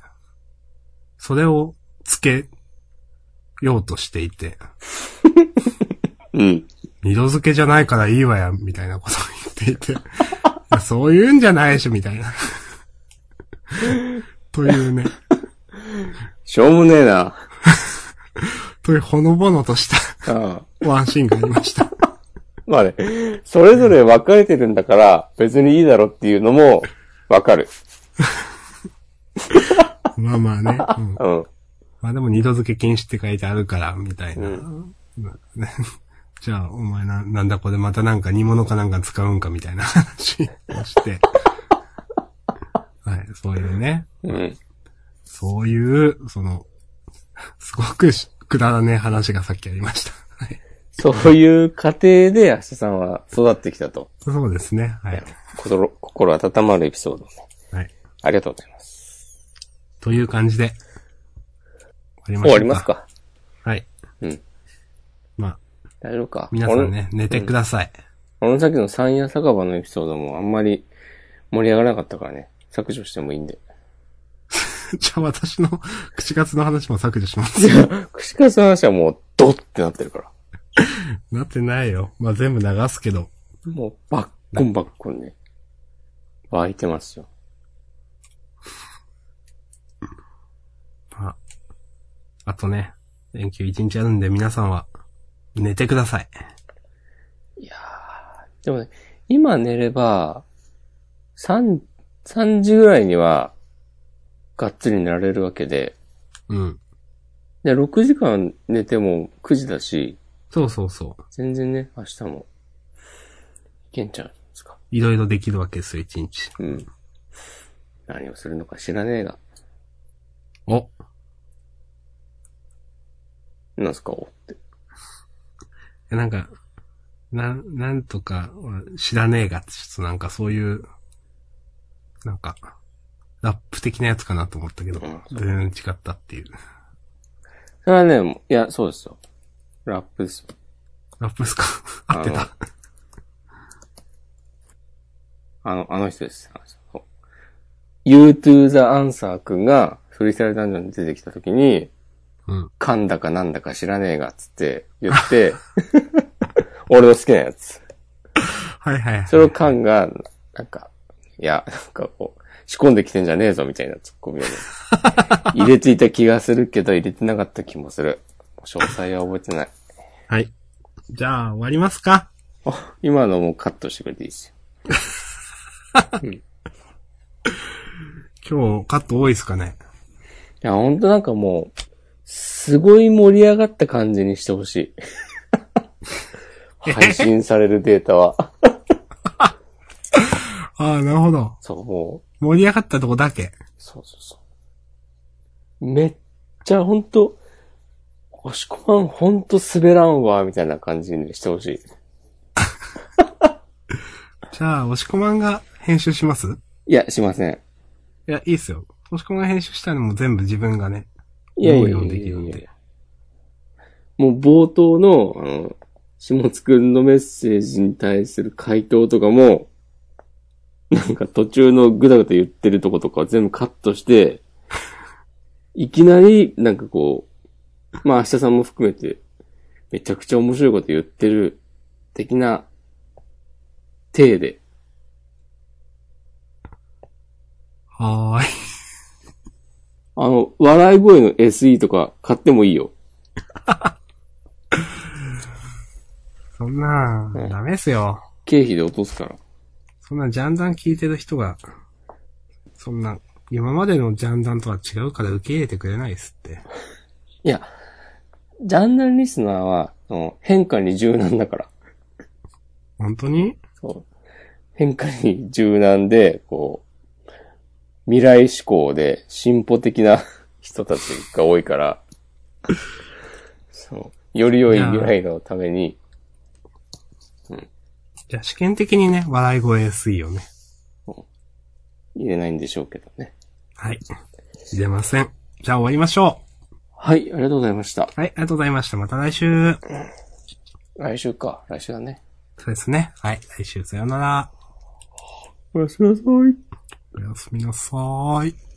Speaker 2: それをつけようとしていて、
Speaker 1: うん。
Speaker 2: 二度漬けじゃないからいいわや、みたいなことを言っていて、いやそういうんじゃないでしょ、みたいな。というね、
Speaker 1: しょうもねえな。
Speaker 2: というほのぼのとした
Speaker 1: うん。
Speaker 2: ワンシーンがありました。
Speaker 1: まあね、それぞれ分かれてるんだから、別にいいだろっていうのも分かる。
Speaker 2: まあまあね、うん
Speaker 1: うん。
Speaker 2: まあでも二度漬け禁止って書いてあるから、みたいな。
Speaker 1: う
Speaker 2: まあね じゃあ、お前な、なんだこれまたなんか煮物かなんか使うんかみたいな話をして。はい、そういうね。
Speaker 1: うん。
Speaker 2: そういう、その、すごくしくだらねえ話がさっきありました。はい。
Speaker 1: そういう過程で、明日さんは育ってきたと。
Speaker 2: そうですね。はい。
Speaker 1: 心、心温まるエピソード。
Speaker 2: はい。
Speaker 1: ありがとうございます。
Speaker 2: という感じで、終わりましょう
Speaker 1: 終わります。か
Speaker 2: はい。
Speaker 1: うん。
Speaker 2: まあ、
Speaker 1: 大丈夫か
Speaker 2: 皆さんね、寝てください。
Speaker 1: 俺の。あの先の山夜酒場のエピソードもあんまり盛り上がらなかったからね。削除してもいいんで。
Speaker 2: じゃあ私の口数の話も削除します。
Speaker 1: 串カツの話はもうドッってなってるから。
Speaker 2: なってないよ。まあ全部流すけど。
Speaker 1: もうバッコンバッコンね。湧いてますよ。
Speaker 2: まあ、あとね、連休一日あるんで皆さんは寝てください。
Speaker 1: いやー、でもね、今寝れば、3、3時ぐらいには、がっつり寝られるわけで、
Speaker 2: うん。
Speaker 1: で、6時間寝ても9時だし、
Speaker 2: そうそうそう。
Speaker 1: 全然ね、明日も、いけんちゃうんですか。
Speaker 2: いろいろできるわけですよ、一日。
Speaker 1: うん。何をするのか知らねえが。
Speaker 2: お
Speaker 1: なんすか、おって。
Speaker 2: えなんか、なん、なんとかは知らねえが、ちょっとなんかそういう、なんか、ラップ的なやつかなと思ったけど
Speaker 1: うん、
Speaker 2: 全然違ったっていう。
Speaker 1: それはね、もういや、そうですよ。ラップですよ。
Speaker 2: ラップですか合ってた。
Speaker 1: あの、あの人です。あの人そう You to the answer くんが、フリースタイルダンジョンに出てきたときに、
Speaker 2: うん。
Speaker 1: 噛んだかなんだか知らねえが、つって言って、俺の好きなやつ。
Speaker 2: はいはいはい。
Speaker 1: それをカンが、なんか、いや、なんかこう、仕込んできてんじゃねえぞ、みたいなツッコミをね、入れていた気がするけど、入れてなかった気もする。詳細は覚えてない。
Speaker 2: はい。じゃあ、終わりますか
Speaker 1: あ今のもうカットしてくれていいですよ。
Speaker 2: 今日、カット多いですかね
Speaker 1: いや、ほんとなんかもう、すごい盛り上がった感じにしてほ しい。配信されるデータは。
Speaker 2: ああ、なるほど。
Speaker 1: そう、もう、
Speaker 2: 盛り上がったとこだけ。
Speaker 1: そうそうそう。めっちゃほんと、押し込まんほんと滑らんわ、みたいな感じにしてほしい。
Speaker 2: じゃあ、押し込まんが編集します
Speaker 1: いや、しません。
Speaker 2: いや、いいっすよ。押し込まんが編集したのも全部自分がね、
Speaker 1: いやいやい
Speaker 2: 用
Speaker 1: やい
Speaker 2: 意
Speaker 1: や
Speaker 2: できるん
Speaker 1: いや
Speaker 2: で。
Speaker 1: もう冒頭の、あの、下津くんのメッセージに対する回答とかも、なんか途中のぐだぐだ言ってるとことかを全部カットして、いきなり、なんかこう、まあ明日さんも含めて、めちゃくちゃ面白いこと言ってる、的な、体で、
Speaker 2: はーい。
Speaker 1: あの、笑い声の SE とか買ってもいいよ。
Speaker 2: そんな、
Speaker 1: うん
Speaker 2: ダメっすよ。
Speaker 1: 経費で落とすから。
Speaker 2: そんなジャンダン聞いてる人が、そんな、今までのジャンダンとは違うから受け入れてくれないっすって。
Speaker 1: いや、ジャンダルリスナーは、その変化に柔軟だから。
Speaker 2: 本当に
Speaker 1: そう変化に柔軟で、こう、未来志向で進歩的な 人たちが多いから、そう。より良い未来のために、
Speaker 2: じゃあ試験的にね、笑い声 SE をね。
Speaker 1: 入れないんでしょうけどね。
Speaker 2: はい。入れません。じゃあ終わりましょ
Speaker 1: はい、ありがとうございました。
Speaker 2: う。はい、ありがとうございました。また来週。
Speaker 1: 来週か。来週だね。
Speaker 2: そうですね。はい、来週さようなら。
Speaker 1: おやすみなさい。
Speaker 2: おやすみなさーい。